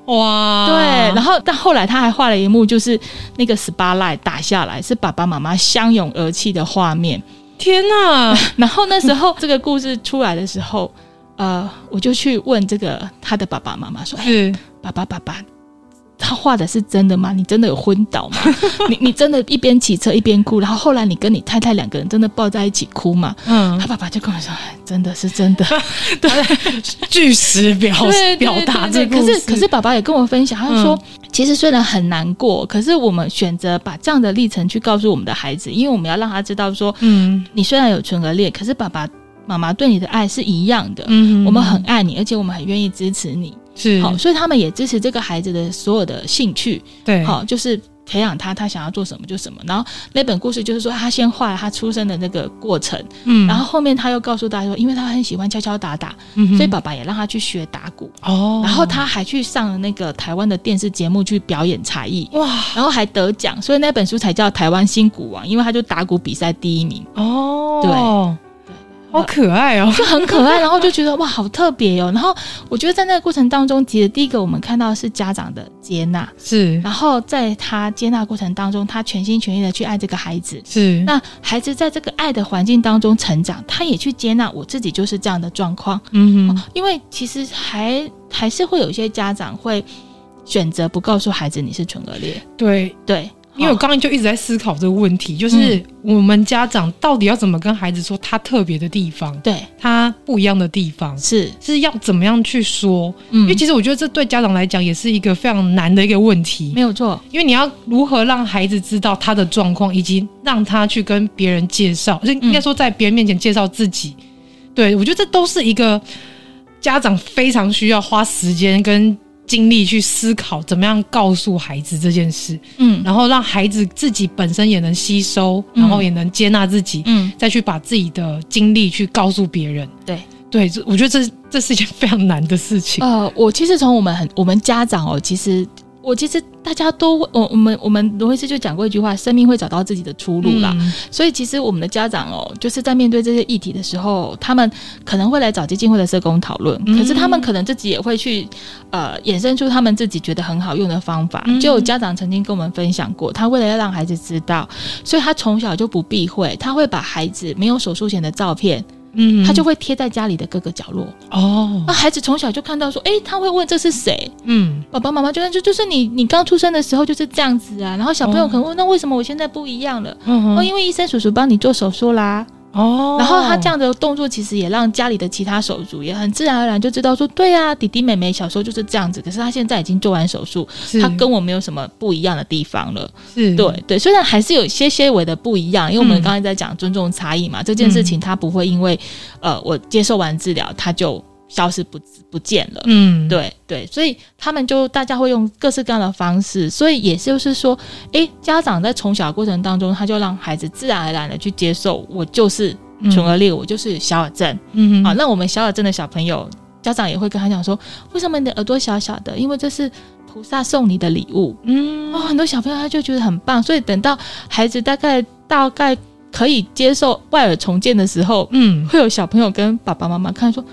[SPEAKER 4] 哇，啊
[SPEAKER 1] 对，然后但后来他还画了一幕，就是那个 SPA light 打下来，是爸爸妈妈相拥而泣的画面。
[SPEAKER 4] 天哪，
[SPEAKER 1] <laughs> 然后那时候
[SPEAKER 4] <laughs>
[SPEAKER 1] 这个故事出来的时候，呃，我就去问这个他的爸爸妈妈说：“哎，
[SPEAKER 4] 是
[SPEAKER 1] 爸爸爸爸。”他画的是真的吗？你真的有昏倒 <laughs> 吗？你你真的一边骑车一边哭，然后后来你跟你太太两个人真的抱在一起哭吗？
[SPEAKER 4] 嗯
[SPEAKER 1] 他，爸爸就跟我说：“哎真的是 <laughs> 真的，
[SPEAKER 4] 据实表表达这
[SPEAKER 1] 对
[SPEAKER 4] 个
[SPEAKER 1] 可
[SPEAKER 4] 故
[SPEAKER 1] 是
[SPEAKER 4] 事，
[SPEAKER 1] 可是爸爸也跟我分享，他就说、其实虽然很难过，可是我们选择把这样的历程去告诉我们的孩子，因为我们要让他知道说，
[SPEAKER 4] 嗯
[SPEAKER 1] 你虽然有唇腭裂，可是爸爸妈妈对你的爱是一样的。
[SPEAKER 4] 嗯，
[SPEAKER 1] 我们很爱你，而且我们很愿意支持你。
[SPEAKER 4] 是
[SPEAKER 1] 好，所以他们也支持这个孩子的所有的兴趣。
[SPEAKER 4] 对，
[SPEAKER 1] 好，就是培养他，他想要做什么就什么。然后那本故事就是说，他先画了他出生的那个过程，
[SPEAKER 4] 嗯，
[SPEAKER 1] 然后后面他又告诉大家说，因为他很喜欢敲敲打打，
[SPEAKER 4] 嗯哼
[SPEAKER 1] 所以爸爸也让他去学打鼓，
[SPEAKER 4] 哦，
[SPEAKER 1] 然后他还去上了那个台湾的电视节目去表演才艺，
[SPEAKER 4] 哇
[SPEAKER 1] 然后还得奖，所以那本书才叫《台湾新鼓王》，因为他就打鼓比赛第一名，
[SPEAKER 4] 哦，对，好可爱哦，
[SPEAKER 1] 就很可
[SPEAKER 4] <laughs>
[SPEAKER 1] 爱，然后就觉得哇，好特别哦。然后我觉得在那个过程当中，其实第一个我们看到的是家长的接纳，
[SPEAKER 4] 是
[SPEAKER 1] 然后在他接纳过程当中，他全心全意的去爱这个孩子。
[SPEAKER 4] 是，
[SPEAKER 1] 那孩子在这个爱的环境当中成长，他也去接纳我自己就是这样的状况。
[SPEAKER 4] 嗯哼，
[SPEAKER 1] 因为其实还还是会有一些家长会选择不告诉孩子你是唇腭裂，
[SPEAKER 4] 对，
[SPEAKER 1] 对，
[SPEAKER 4] 因为我
[SPEAKER 1] 哦
[SPEAKER 4] 刚刚就一直在思考这个问题，就是
[SPEAKER 1] 嗯
[SPEAKER 4] 我们家长到底要怎么跟孩子说他特别的地方，
[SPEAKER 1] 对
[SPEAKER 4] 他不一样的地方。
[SPEAKER 1] 是，
[SPEAKER 4] 是要怎么样去说？
[SPEAKER 1] 嗯
[SPEAKER 4] 因为其实我觉得这对家长来讲也是一个非常难的一个问题
[SPEAKER 1] 没，有错，
[SPEAKER 4] 因为你要如何让孩子知道他的状况，以及让他去跟别人介绍，
[SPEAKER 1] 嗯
[SPEAKER 4] 就应该说在别人面前介绍自己。对我觉得这都是一个家长非常需要花时间跟精力去思考，怎么样告诉孩子这件事。
[SPEAKER 1] 嗯
[SPEAKER 4] 然后让孩子自己本身也能吸收，
[SPEAKER 1] 嗯
[SPEAKER 4] 然后也能接纳自己，
[SPEAKER 1] 嗯，
[SPEAKER 4] 再去把自己的经历去告诉别人。
[SPEAKER 1] 对。
[SPEAKER 4] 对，这我觉得这这是一件非常难的事情。
[SPEAKER 1] 呃，我其实从我们很我们家长哦，其实。我其实大家都，我我们我们罗医师就讲过一句话，生命会找到自己的出路啦。
[SPEAKER 4] 嗯
[SPEAKER 1] 所以其实我们的家长哦，就是在面对这些议题的时候，他们可能会来找基金会的社工讨论，
[SPEAKER 4] 嗯
[SPEAKER 1] 可是他们可能自己也会去呃衍生出他们自己觉得很好用的方法
[SPEAKER 4] 嗯。
[SPEAKER 1] 就有家长曾经跟我们分享过，他为了要让孩子知道，所以他从小就不避讳，他会把孩子没有手术前的照片，
[SPEAKER 4] 嗯
[SPEAKER 1] 他就会贴在家里的各个角落。
[SPEAKER 4] 哦
[SPEAKER 1] 那，孩子从小就看到说，诶，他会问这是谁，
[SPEAKER 4] 嗯，
[SPEAKER 1] 爸爸妈妈就说就就是你，你刚出生的时候就是这样子啊。然后小朋友可能问，那为什么我现在不一样了？
[SPEAKER 4] 哦嗯
[SPEAKER 1] 哦，
[SPEAKER 4] 哼
[SPEAKER 1] 因为医生叔叔帮你做手术啦。
[SPEAKER 4] 哦，
[SPEAKER 1] 然后他这样的动作，其实也让家里的其他手足也很自然而然就知道说，对啊，弟弟妹妹小时候就是这样子，可是他现在已经做完手术，
[SPEAKER 4] 是
[SPEAKER 1] 他跟我没有什么不一样的地方了。
[SPEAKER 4] 是
[SPEAKER 1] 对对，虽然还是有一些些微的不一样，因为我
[SPEAKER 4] 嗯
[SPEAKER 1] 们刚才在讲尊重差异嘛，这件事情他不会因为呃我接受完治疗他就消失不不见了。
[SPEAKER 4] 嗯，
[SPEAKER 1] 对对，所以他们就大家会用各式各样的方式，所以也就是说，诶，家长在从小的过程当中，他就让孩子自然而然的去接受，我就是
[SPEAKER 4] 嗯
[SPEAKER 1] 唇腭裂，我就是小耳症。
[SPEAKER 4] 嗯
[SPEAKER 1] 好、
[SPEAKER 4] 哼
[SPEAKER 1] 那我们小耳症的小朋友，家长也会跟他讲说，为什么你的耳朵小小的？因为这是菩萨送你的礼物。
[SPEAKER 4] 嗯
[SPEAKER 1] 哦，很多小朋友他就觉得很棒，所以等到孩子大概大概可以接受外耳重建的时候，
[SPEAKER 4] 嗯
[SPEAKER 1] 会有小朋友跟爸爸妈妈看说。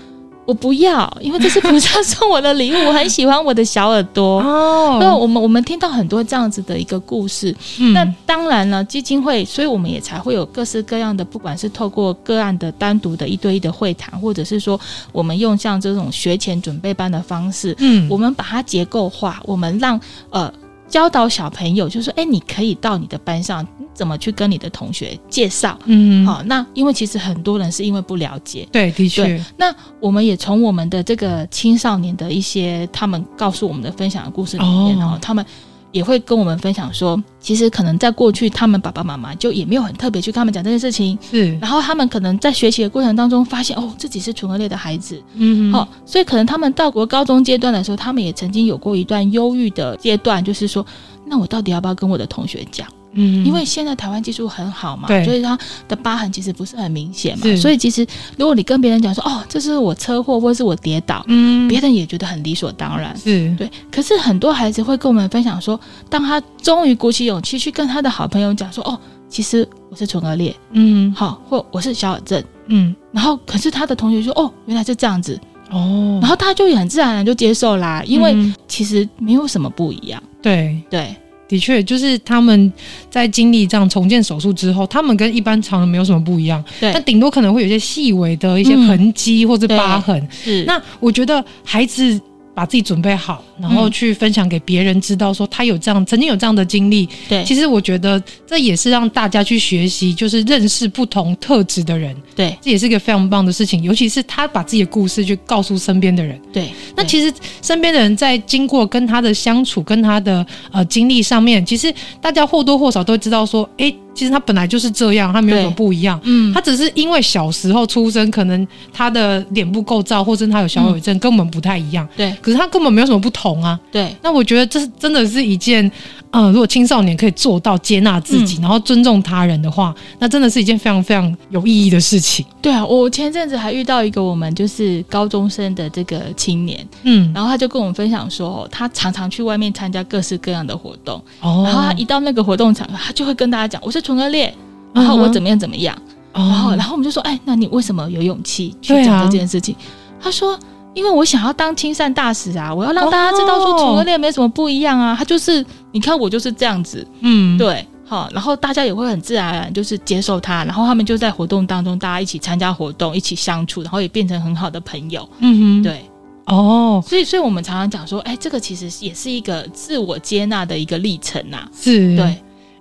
[SPEAKER 1] 我不要，因为这是菩萨送我的礼物，我很喜欢我的小耳朵。
[SPEAKER 4] <laughs> 哦，
[SPEAKER 1] 那我们我们听到很多这样子的一个故事，
[SPEAKER 4] 嗯
[SPEAKER 1] 那当然了，基金会，所以我们也才会有各式各样的，不管是透过个案的单独的一对一的会谈，或者是说我们用像这种学前准备班的方式，
[SPEAKER 4] 嗯
[SPEAKER 1] 我们把它结构化，我们让呃教导小朋友，就是说，哎，你可以到你的班上，你怎么去跟你的同学介绍？
[SPEAKER 4] 嗯
[SPEAKER 1] 好、那因为其实很多人是因为不了解，
[SPEAKER 4] 对，的确
[SPEAKER 1] 对，那我们也从我们的这个青少年的一些他们告诉我们的分享的故事里面，
[SPEAKER 4] 哦
[SPEAKER 1] 哦，他们也会跟我们分享说，其实可能在过去他们爸爸妈妈就也没有很特别去跟他们讲这件事情，
[SPEAKER 4] 是，
[SPEAKER 1] 然后他们可能在学习的过程当中发现哦自己是纯儿类的孩子，
[SPEAKER 4] 嗯
[SPEAKER 1] 好、，所以可能他们到国高中阶段的时候，他们也曾经有过一段忧郁的阶段，就是说，那我到底要不要跟我的同学讲？
[SPEAKER 4] 嗯
[SPEAKER 1] 因为现在台湾技术很好嘛，
[SPEAKER 4] 对
[SPEAKER 1] 所以它的疤痕其实不是很明显嘛
[SPEAKER 4] 是，
[SPEAKER 1] 所以其实如果你跟别人讲说，哦，这是我车祸或是我跌倒，
[SPEAKER 4] 嗯
[SPEAKER 1] 别人也觉得很理所当然。
[SPEAKER 4] 是，
[SPEAKER 1] 对，可是很多孩子会跟我们分享说，当他终于鼓起勇气去跟他的好朋友讲说，哦，其实我是唇腭裂，
[SPEAKER 4] 嗯
[SPEAKER 1] 好、或我是小耳症，
[SPEAKER 4] 嗯，
[SPEAKER 1] 然后可是他的同学说，哦，原来是这样子，
[SPEAKER 4] 哦
[SPEAKER 1] 然后他就也很自然而然就接受啦，因为
[SPEAKER 4] 嗯
[SPEAKER 1] 其实没有什么不一样。
[SPEAKER 4] 对，
[SPEAKER 1] 对，
[SPEAKER 4] 的确就是他们在经历这样重建手术之后，他们跟一般常人没有什么不一样，
[SPEAKER 1] 对
[SPEAKER 4] 但顶多可能会有一些细微的一些痕迹或者疤痕，
[SPEAKER 1] 是
[SPEAKER 4] 那我觉得孩子把自己准备好，然后去分享给别人知道，说他有这样曾经有这样的经历。
[SPEAKER 1] 对
[SPEAKER 4] 其实我觉得这也是让大家去学习，就是认识不同特质的人，
[SPEAKER 1] 对
[SPEAKER 4] 这也是一个非常棒的事情。尤其是他把自己的故事去告诉身边的人，
[SPEAKER 1] 对，
[SPEAKER 4] 那
[SPEAKER 1] 对
[SPEAKER 4] 其实身边的人在经过跟他的相处、跟他的呃经历上面，其实大家或多或少都知道说，诶，其实他本来就是这样，他没有什么
[SPEAKER 1] 对
[SPEAKER 4] 不一样。
[SPEAKER 1] 嗯
[SPEAKER 4] 他只是因为小时候出生，可能他的脸部构造或者他有小耳症，跟我们不太一样。
[SPEAKER 1] 对
[SPEAKER 4] 可是他根本没有什么不同啊。
[SPEAKER 1] 对
[SPEAKER 4] 那我觉得这是真的是一件，嗯、如果青少年可以做到接纳自
[SPEAKER 1] 嗯
[SPEAKER 4] 己，然后尊重他人的话，那真的是一件非常非常有意义的事情。
[SPEAKER 1] 对啊！我前阵子还遇到一个我们就是高中生的这个青年，
[SPEAKER 4] 嗯，
[SPEAKER 1] 然后他就跟我们分享说，哦他常常去外面参加各式各样的活动，
[SPEAKER 4] 哦
[SPEAKER 1] 然后他一到那个活动场，他就会跟大家讲我是唇腭裂，
[SPEAKER 4] 嗯哼
[SPEAKER 1] 然后我怎么样怎么样，然后
[SPEAKER 4] 哦
[SPEAKER 1] 然，后我们就说，哎，那你为什么有勇气去
[SPEAKER 4] 对啊
[SPEAKER 1] 讲这件事情？他说。因为我想要当亲善大使啊，我要让大家知道说
[SPEAKER 4] 哦
[SPEAKER 1] 唇腭裂没什么不一样啊，他就是你看我就是这样子，
[SPEAKER 4] 嗯，
[SPEAKER 1] 对，好，然后大家也会很自然而然就是接受他，然后他们就在活动当中，大家一起参加活动，一起相处，然后也变成很好的朋友。
[SPEAKER 4] 嗯哼，，
[SPEAKER 1] 对，
[SPEAKER 4] 哦，
[SPEAKER 1] 所以，所以我们常常讲说，哎，这个其实也是一个自我接纳的一个历程呐、
[SPEAKER 4] 是，
[SPEAKER 1] 对，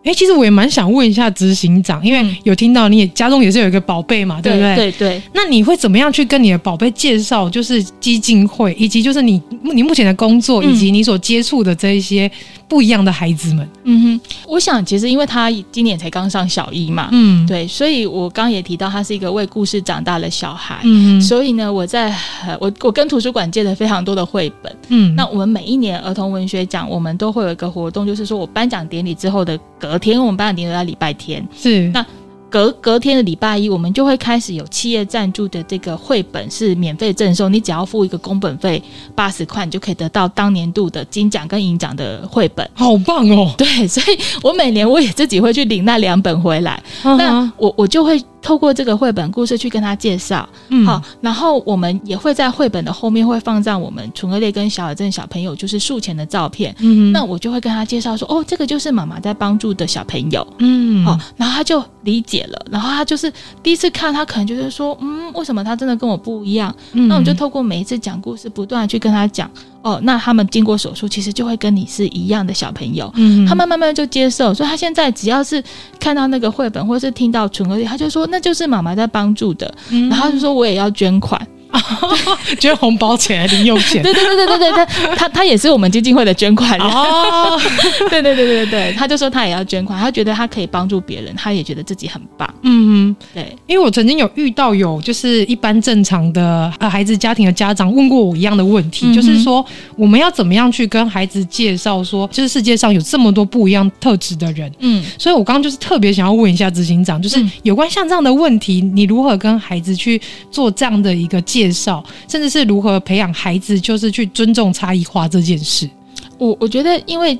[SPEAKER 4] 哎、其实我也蛮想问一下执行长，因为
[SPEAKER 1] 嗯
[SPEAKER 4] 有听到你也家中也是有一个宝贝嘛，对不
[SPEAKER 1] 对，对，
[SPEAKER 4] 那你会怎么样去跟你的宝贝介绍，就是基金会，以及就是你你目前的工作，
[SPEAKER 1] 嗯
[SPEAKER 4] 以及你所接触的这一些不一样的孩子们？
[SPEAKER 1] 嗯哼，我想其实因为他今年才刚上小一嘛，
[SPEAKER 4] 嗯，，
[SPEAKER 1] 对，所以我刚刚也提到他是一个为故事长大的小孩，
[SPEAKER 4] 嗯
[SPEAKER 1] 所以呢，我在呃我我跟图书馆借了非常多的绘本。
[SPEAKER 4] 嗯，
[SPEAKER 1] 那我们每一年儿童文学奖，我们都会有一个活动，就是说我颁奖典礼之后的隔天，因为我们颁奖典礼在礼拜天，
[SPEAKER 4] 是
[SPEAKER 1] 那隔隔天的礼拜一，我们就会开始有企业赞助的这个绘本是免费赠送，你只要付一个工本费八十块，你就可以得到当年度的金奖跟银奖的绘本。 <laughs>
[SPEAKER 4] 好棒哦。
[SPEAKER 1] 对，所以我每年我也自己会去领那两本回来，那
[SPEAKER 4] 啊
[SPEAKER 1] 我我就会透过这个绘本故事去跟他介绍，
[SPEAKER 4] 嗯
[SPEAKER 1] 好，，然后我们也会在绘本的后面会放上我们唇腭裂跟小耳症小朋友就是术前的照片。
[SPEAKER 4] 嗯
[SPEAKER 1] 那我就会跟他介绍说，哦，这个就是妈妈在帮助的小朋友，
[SPEAKER 4] 嗯
[SPEAKER 1] 哦，然后他就理解了，然后他就是第一次看，他可能就是说，嗯，为什么他真的跟我不一样？
[SPEAKER 4] 嗯
[SPEAKER 1] 那我就透过每一次讲故事，不断的去跟他讲，哦，那他们经过手术，其实就会跟你是一样的小朋友，
[SPEAKER 4] 嗯
[SPEAKER 1] 他慢慢慢就接受，所以他现在只要是看到那个绘本，或是听到唇腭裂，他就说那就是妈妈在帮助的，
[SPEAKER 4] 嗯
[SPEAKER 1] 然后他就说我也要捐款，
[SPEAKER 4] 觉得红包钱、零用钱
[SPEAKER 1] <laughs> 对对对对对对，他
[SPEAKER 4] <laughs>
[SPEAKER 1] 他他也是我们基金会的捐款人，
[SPEAKER 4] 哦，
[SPEAKER 1] 对对对对对，他就说他也要捐款，他觉得他可以帮助别人，他也觉得自己很棒，
[SPEAKER 4] 嗯。
[SPEAKER 1] 对
[SPEAKER 4] 因为我曾经有遇到有就是一般正常的呃孩子家庭的家长问过我一样的问题，
[SPEAKER 1] 嗯哼
[SPEAKER 4] 就是说我们要怎么样去跟孩子介绍说，就是世界上有这么多不一样特质的人。
[SPEAKER 1] 嗯。
[SPEAKER 4] 所以我刚刚就是特别想要问一下执行长，就是
[SPEAKER 1] 嗯
[SPEAKER 4] 有关像这样的问题，你如何跟孩子去做这样的一个介绍，甚至是如何培养孩子就是去尊重差异化这件事？
[SPEAKER 1] 我我觉得，因为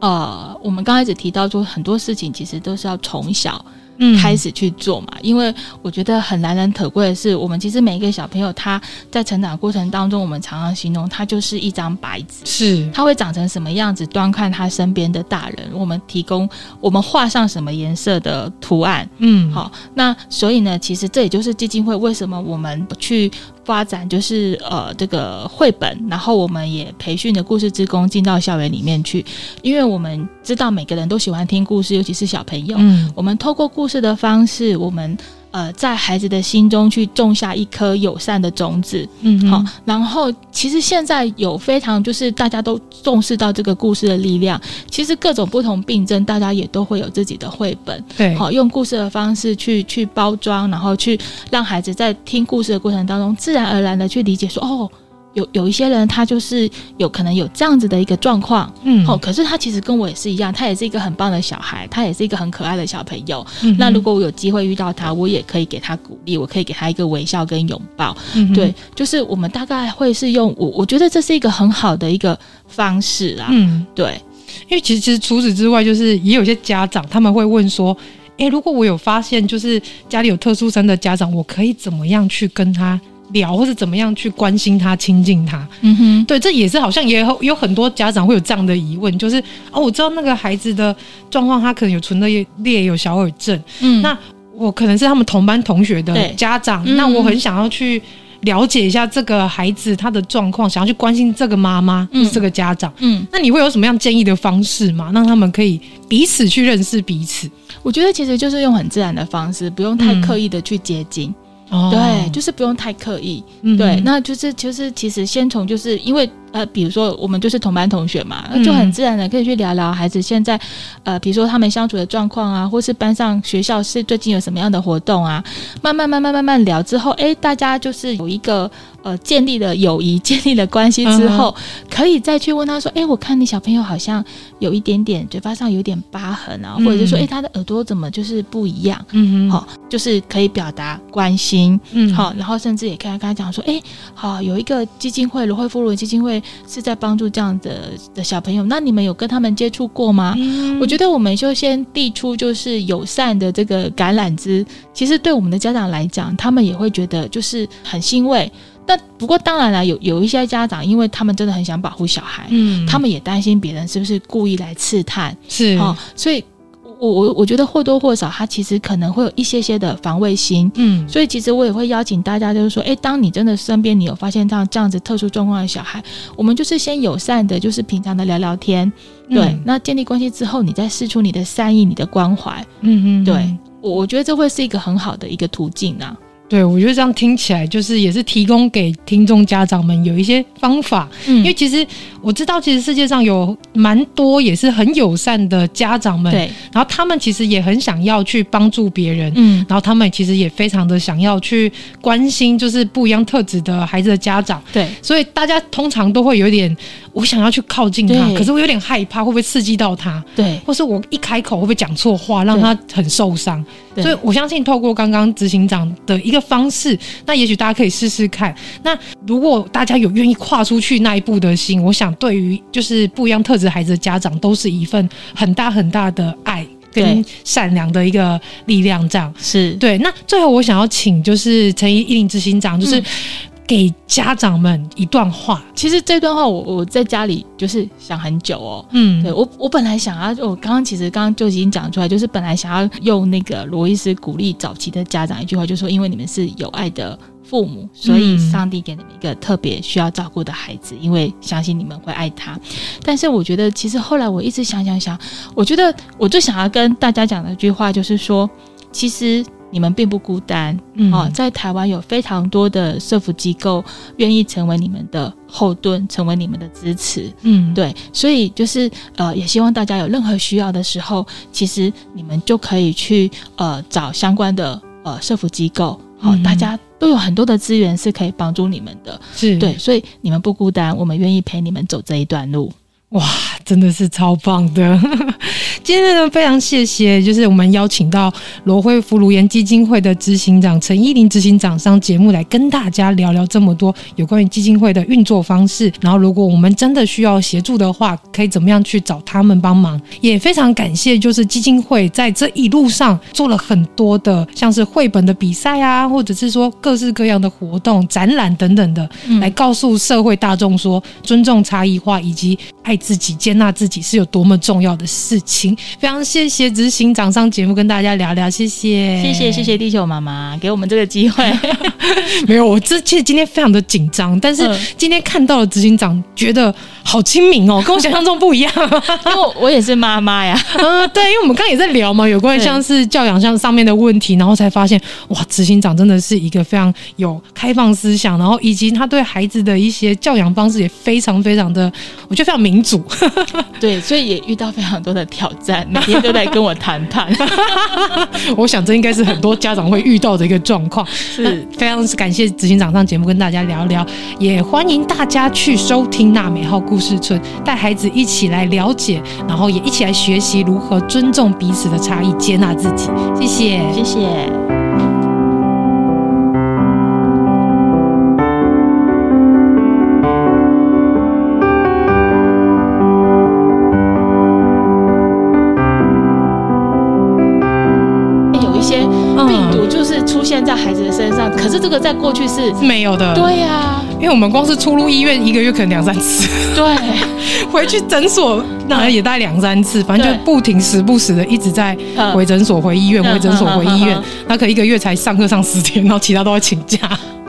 [SPEAKER 1] 呃，我们刚开始提到说，很多事情其实都是要从小
[SPEAKER 4] 嗯
[SPEAKER 1] 开始去做嘛。因为我觉得很难能可贵的是，我们其实每一个小朋友他在成长过程当中，我们常常形容他就是一张白纸。
[SPEAKER 4] 是
[SPEAKER 1] 他会长成什么样子，端看他身边的大人。我们提供，我们画上什么颜色的图案，
[SPEAKER 4] 嗯
[SPEAKER 1] 好，那所以呢，其实这也就是基金会为什么我们去发展，就是呃这个绘本，然后我们也培训的故事之工进到校园里面去，因为我们知道每个人都喜欢听故事，尤其是小朋友，
[SPEAKER 4] 嗯
[SPEAKER 1] 我们透过故事的方式，我们。呃，在孩子的心中去种下一颗友善的种子。
[SPEAKER 4] 嗯，
[SPEAKER 1] 好，，然后其实现在有非常就是大家都重视到这个故事的力量，其实各种不同病症，大家也都会有自己的绘本。
[SPEAKER 4] 对，
[SPEAKER 1] 好，用故事的方式去去包装，然后去让孩子在听故事的过程当中，自然而然的去理解说，哦，有有一些人他就是有可能有这样子的一个状况，
[SPEAKER 4] 嗯，
[SPEAKER 1] 哦，可是他其实跟我也是一样，他也是一个很棒的小孩，他也是一个很可爱的小朋友。
[SPEAKER 4] 嗯哼，
[SPEAKER 1] 那如果我有机会遇到他，我也可以给他鼓励，我可以给他一个微笑跟拥抱。
[SPEAKER 4] 嗯哼
[SPEAKER 1] 对，，啊就是我们大概会是用我，我觉得这是一个很好的一个方式啊。
[SPEAKER 4] 嗯，
[SPEAKER 1] 对，
[SPEAKER 4] 因为其实其实除此之外，就是也有些家长他们会问说。诶，如果我有发现，就是家里有特殊生的家长，我可以怎么样去跟他聊，或者怎么样去关心他、亲近他？
[SPEAKER 1] 嗯哼，
[SPEAKER 4] 对，这也是好像也有有很多家长会有这样的疑问，就是哦，我知道那个孩子的状况，他可能有唇腭裂、有小耳症，
[SPEAKER 1] 嗯
[SPEAKER 4] 那我可能是他们同班同学的
[SPEAKER 1] 对
[SPEAKER 4] 家长，
[SPEAKER 1] 嗯
[SPEAKER 4] 那我很想要去了解一下这个孩子他的状况，想要去关心这个妈妈、
[SPEAKER 1] 嗯
[SPEAKER 4] 或是这个家长。
[SPEAKER 1] 嗯。
[SPEAKER 4] 那你会有什么样建议的方式吗？让他们可以彼此去认识彼此。
[SPEAKER 1] 我觉得其实就是用很自然的方式，不用太
[SPEAKER 4] 嗯
[SPEAKER 1] 刻意的去接近，
[SPEAKER 4] 哦
[SPEAKER 1] 对，就是不用太刻意，
[SPEAKER 4] 嗯
[SPEAKER 1] 对，那就是就是其实先从就是因为呃，比如说我们就是同班同学嘛，那就
[SPEAKER 4] 嗯
[SPEAKER 1] 很自然的可以去聊聊孩子现在呃，比如说他们相处的状况啊，或是班上学校是最近有什么样的活动啊，慢慢慢慢慢慢聊之后，诶，大家就是有一个呃建立了友谊、建立了关系之后，
[SPEAKER 4] 嗯
[SPEAKER 1] 可以再去问他说，诶，我看你小朋友好像有一点点嘴巴上有点疤痕啊，或者是说，
[SPEAKER 4] 嗯
[SPEAKER 1] 诶，他的耳朵怎么就是不一样？
[SPEAKER 4] 嗯哼
[SPEAKER 1] 好、就是可以表达关心，
[SPEAKER 4] 嗯
[SPEAKER 1] 好，然后甚至也可以跟他讲说，哎，好，有一个基金会，罗惠夫伦基金会是在帮助这样的的小朋友，那你们有跟他们接触过吗？
[SPEAKER 4] 嗯
[SPEAKER 1] 我觉得我们就先递出就是友善的这个橄榄枝，其实对我们的家长来讲，他们也会觉得就是很欣慰。但不过当然了，有有一些家长，因为他们真的很想保护小孩，
[SPEAKER 4] 嗯
[SPEAKER 1] 他们也担心别人是不是故意来刺探，
[SPEAKER 4] 是
[SPEAKER 1] 哦，所以我我我觉得或多或少，他其实可能会有一些些的防卫心。
[SPEAKER 4] 嗯
[SPEAKER 1] 所以其实我也会邀请大家，就是说，诶，当你真的身边你有发现到这样子特殊状况的小孩，我们就是先友善的，就是平常的聊聊天，对，
[SPEAKER 4] 嗯
[SPEAKER 1] 那建立关系之后，你再试出你的善意、你的关怀，
[SPEAKER 4] 嗯嗯
[SPEAKER 1] 对、我我觉得这会是一个很好的一个途径啊。
[SPEAKER 4] 对，我觉得这样听起来就是也是提供给听众家长们有一些方法，
[SPEAKER 1] 嗯
[SPEAKER 4] 因为其实我知道，其实世界上有蛮多也是很友善的家长们，
[SPEAKER 1] 对，
[SPEAKER 4] 然后他们其实也很想要去帮助别人，
[SPEAKER 1] 嗯
[SPEAKER 4] 然后他们其实也非常的想要去关心，就是不一样特质的孩子的家长。
[SPEAKER 1] 对，
[SPEAKER 4] 所以大家通常都会有一点，我想要去靠近他，
[SPEAKER 1] 对
[SPEAKER 4] 可是我有点害怕，会不会刺激到他，
[SPEAKER 1] 对，
[SPEAKER 4] 或是我一开口会不会讲错话，让他很受伤？
[SPEAKER 1] 对
[SPEAKER 4] 所以我相信，透过刚刚执行长的一个方式，那也许大家可以试试看。那如果大家有愿意跨出去那一步的心，我想对于就是不一样特质孩子的家长，都是一份很大很大的爱跟
[SPEAKER 1] 对
[SPEAKER 4] 善良的一个力量。这样，
[SPEAKER 1] 是，
[SPEAKER 4] 对，那最后我想要请就是陈怡一林执行长，就是
[SPEAKER 1] 嗯
[SPEAKER 4] 给家长们一段话。
[SPEAKER 1] 其实这段话我我在家里就是想很久哦，
[SPEAKER 4] 嗯，
[SPEAKER 1] 对我，我本来想要，我刚刚其实刚刚就已经讲出来，就是本来想要用那个罗伊斯鼓励早期的家长一句话，就说因为你们是有爱的父母，所以
[SPEAKER 4] 嗯
[SPEAKER 1] 上帝给你们一个特别需要照顾的孩子，因为相信你们会爱他。但是我觉得，其实后来我一直想想想，我觉得我最想要跟大家讲的一句话就是说，其实。你们并不孤单
[SPEAKER 4] 嗯
[SPEAKER 1] 哦，在台湾有非常多的社福机构愿意成为你们的后盾，成为你们的支持。
[SPEAKER 4] 嗯，
[SPEAKER 1] 对，所以就是呃，也希望大家有任何需要的时候，其实你们就可以去呃找相关的呃社福机构，好、
[SPEAKER 4] 嗯
[SPEAKER 1] 大家都有很多的资源是可以帮助你们的。
[SPEAKER 4] 是，
[SPEAKER 1] 对，，所以你们不孤单，我们愿意陪你们走这一段路。
[SPEAKER 4] 哇，真的是超棒的！ <laughs> 今天呢，非常谢谢，就是我们邀请到罗惠福卢研基金会的执行长陈依林执行长上节目来跟大家聊聊这么多有关于基金会的运作方式。然后，如果我们真的需要协助的话，可以怎么样去找他们帮忙？也非常感谢，就是基金会在这一路上做了很多的，像是绘本的比赛啊，或者是说各式各样的活动、展览等等的，
[SPEAKER 1] 嗯
[SPEAKER 4] 来告诉社会大众说，尊重差异化以及爱自己、接纳自己是有多么重要的事情。非常谢谢执行长上节目跟大家聊聊，谢谢，
[SPEAKER 1] 谢谢谢。<laughs>
[SPEAKER 4] <laughs>
[SPEAKER 1] 谢地球妈妈给我们这个机会，
[SPEAKER 4] 没有，我这其实今天非常的紧张，但是
[SPEAKER 1] 嗯
[SPEAKER 4] 今天看到了执行长，觉得好亲民哦，跟我想象中不一样。
[SPEAKER 1] <laughs> 因为我也是妈妈呀，
[SPEAKER 4] 嗯，对，因为我们刚刚也在聊嘛，有关于
[SPEAKER 1] 对
[SPEAKER 4] 像是教养上上面的问题，然后才发现，哇，执行长真的是一个非常有开放思想，然后以及他对孩子的一些教养方式也非常非常的，我觉得非常民主。 <laughs>
[SPEAKER 1] 对，所以也遇到非常多的挑战，每天都在跟我谈判。
[SPEAKER 4] 我想这应该是很多家长会遇到的一个状况。
[SPEAKER 1] <laughs> 是，
[SPEAKER 4] 非常感谢执行长上节目跟大家聊聊，也欢迎大家去收听《娜美号故事村》，带孩子一起来了解，然后也一起来学习如何尊重彼此的差异，接纳自己。谢谢。
[SPEAKER 1] 谢谢。哎有一些病毒就是出现在孩子的身上，可是这个在过去是，
[SPEAKER 4] 没有的，，
[SPEAKER 1] 对啊呀、
[SPEAKER 4] 因为我们光是出入医院一个月可能两三次，
[SPEAKER 1] <laughs> 对，
[SPEAKER 4] 回去诊所那也大概两三次，反正就
[SPEAKER 1] 对
[SPEAKER 4] 不停时不时的一直在
[SPEAKER 1] 嗯
[SPEAKER 4] 回诊所、回医院、
[SPEAKER 1] 嗯
[SPEAKER 4] 回诊所、
[SPEAKER 1] 嗯
[SPEAKER 4] 回医院
[SPEAKER 1] 嗯，
[SPEAKER 4] 那可一个月才上课上十天，然后其他都要请
[SPEAKER 1] <laughs>
[SPEAKER 4] 假。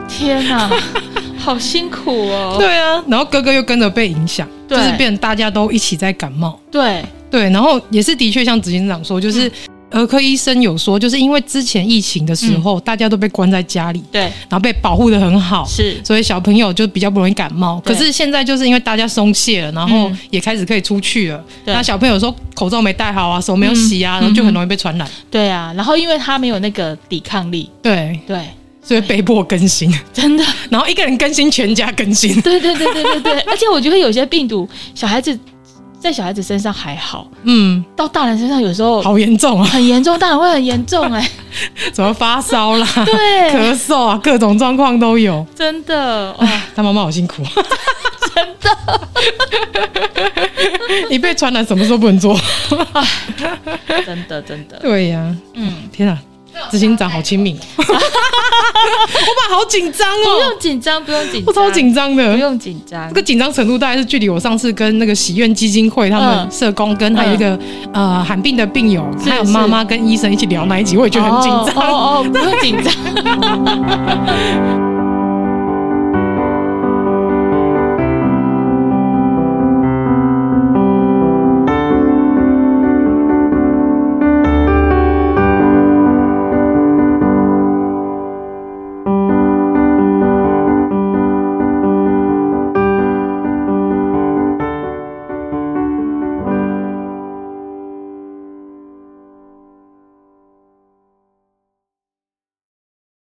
[SPEAKER 1] 天哪、 <laughs> 好辛苦哦。
[SPEAKER 4] 对啊，然后哥哥又跟着被影响，就
[SPEAKER 1] 对
[SPEAKER 4] 是变成大家都一起在感冒。
[SPEAKER 1] 对
[SPEAKER 4] 对，然后也是的确像执行长说，就是
[SPEAKER 1] 嗯
[SPEAKER 4] 儿科医生有说，就是因为之前疫情的时候，大家都被关在家里，
[SPEAKER 1] 对，
[SPEAKER 4] 然后被保护的很好，
[SPEAKER 1] 是
[SPEAKER 4] 所以小朋友就比较不容易感冒。可
[SPEAKER 1] 对
[SPEAKER 4] 是现在就是因为大家松懈了，然后
[SPEAKER 1] 嗯
[SPEAKER 4] 也开始可以出去了，
[SPEAKER 1] 对
[SPEAKER 4] 那小朋友说口罩没戴好啊，手没有洗啊，
[SPEAKER 1] 嗯
[SPEAKER 4] 然后就很容易被传染。
[SPEAKER 1] 对啊。然后因为他没有那个抵抗力，
[SPEAKER 4] 对，
[SPEAKER 1] 对，
[SPEAKER 4] 所以被迫更
[SPEAKER 1] <laughs>
[SPEAKER 4] 新，
[SPEAKER 1] 真的。
[SPEAKER 4] 然后一个人更新，全家更新。
[SPEAKER 1] 对对对对对对，而且我觉得有些病毒，小孩子在小孩子身上还好，
[SPEAKER 4] 嗯，
[SPEAKER 1] 到大人身上有时候
[SPEAKER 4] 好严重啊，
[SPEAKER 1] 很严重，大人会很严重哎、
[SPEAKER 4] <laughs> 怎么发烧啦、
[SPEAKER 1] <laughs> 对，
[SPEAKER 4] 咳嗽啊，各种状况都有。
[SPEAKER 1] 真的哦，
[SPEAKER 4] 哎，他妈妈好
[SPEAKER 1] <laughs>
[SPEAKER 4] 辛苦，真的。 <laughs> 你被传染什么时候不能做？
[SPEAKER 1] 真的真的，
[SPEAKER 4] 对呀、
[SPEAKER 1] 嗯，
[SPEAKER 4] 天啊，执行长好亲民哦， <laughs> 我爸好紧张
[SPEAKER 1] 不
[SPEAKER 4] 哦，
[SPEAKER 1] 用紧张，不用紧张，
[SPEAKER 4] 我超紧张
[SPEAKER 1] 不
[SPEAKER 4] 的。
[SPEAKER 1] 用紧张
[SPEAKER 4] 这，个紧张程度大概是距离我上次跟那个喜愿基金会他们
[SPEAKER 1] 嗯
[SPEAKER 4] 社工跟还有一个、呃罕病的病友，
[SPEAKER 1] 是哦
[SPEAKER 4] 还有妈妈跟医生一起聊那一集，我也觉得很紧张。
[SPEAKER 1] 哦哦哦，不用紧张。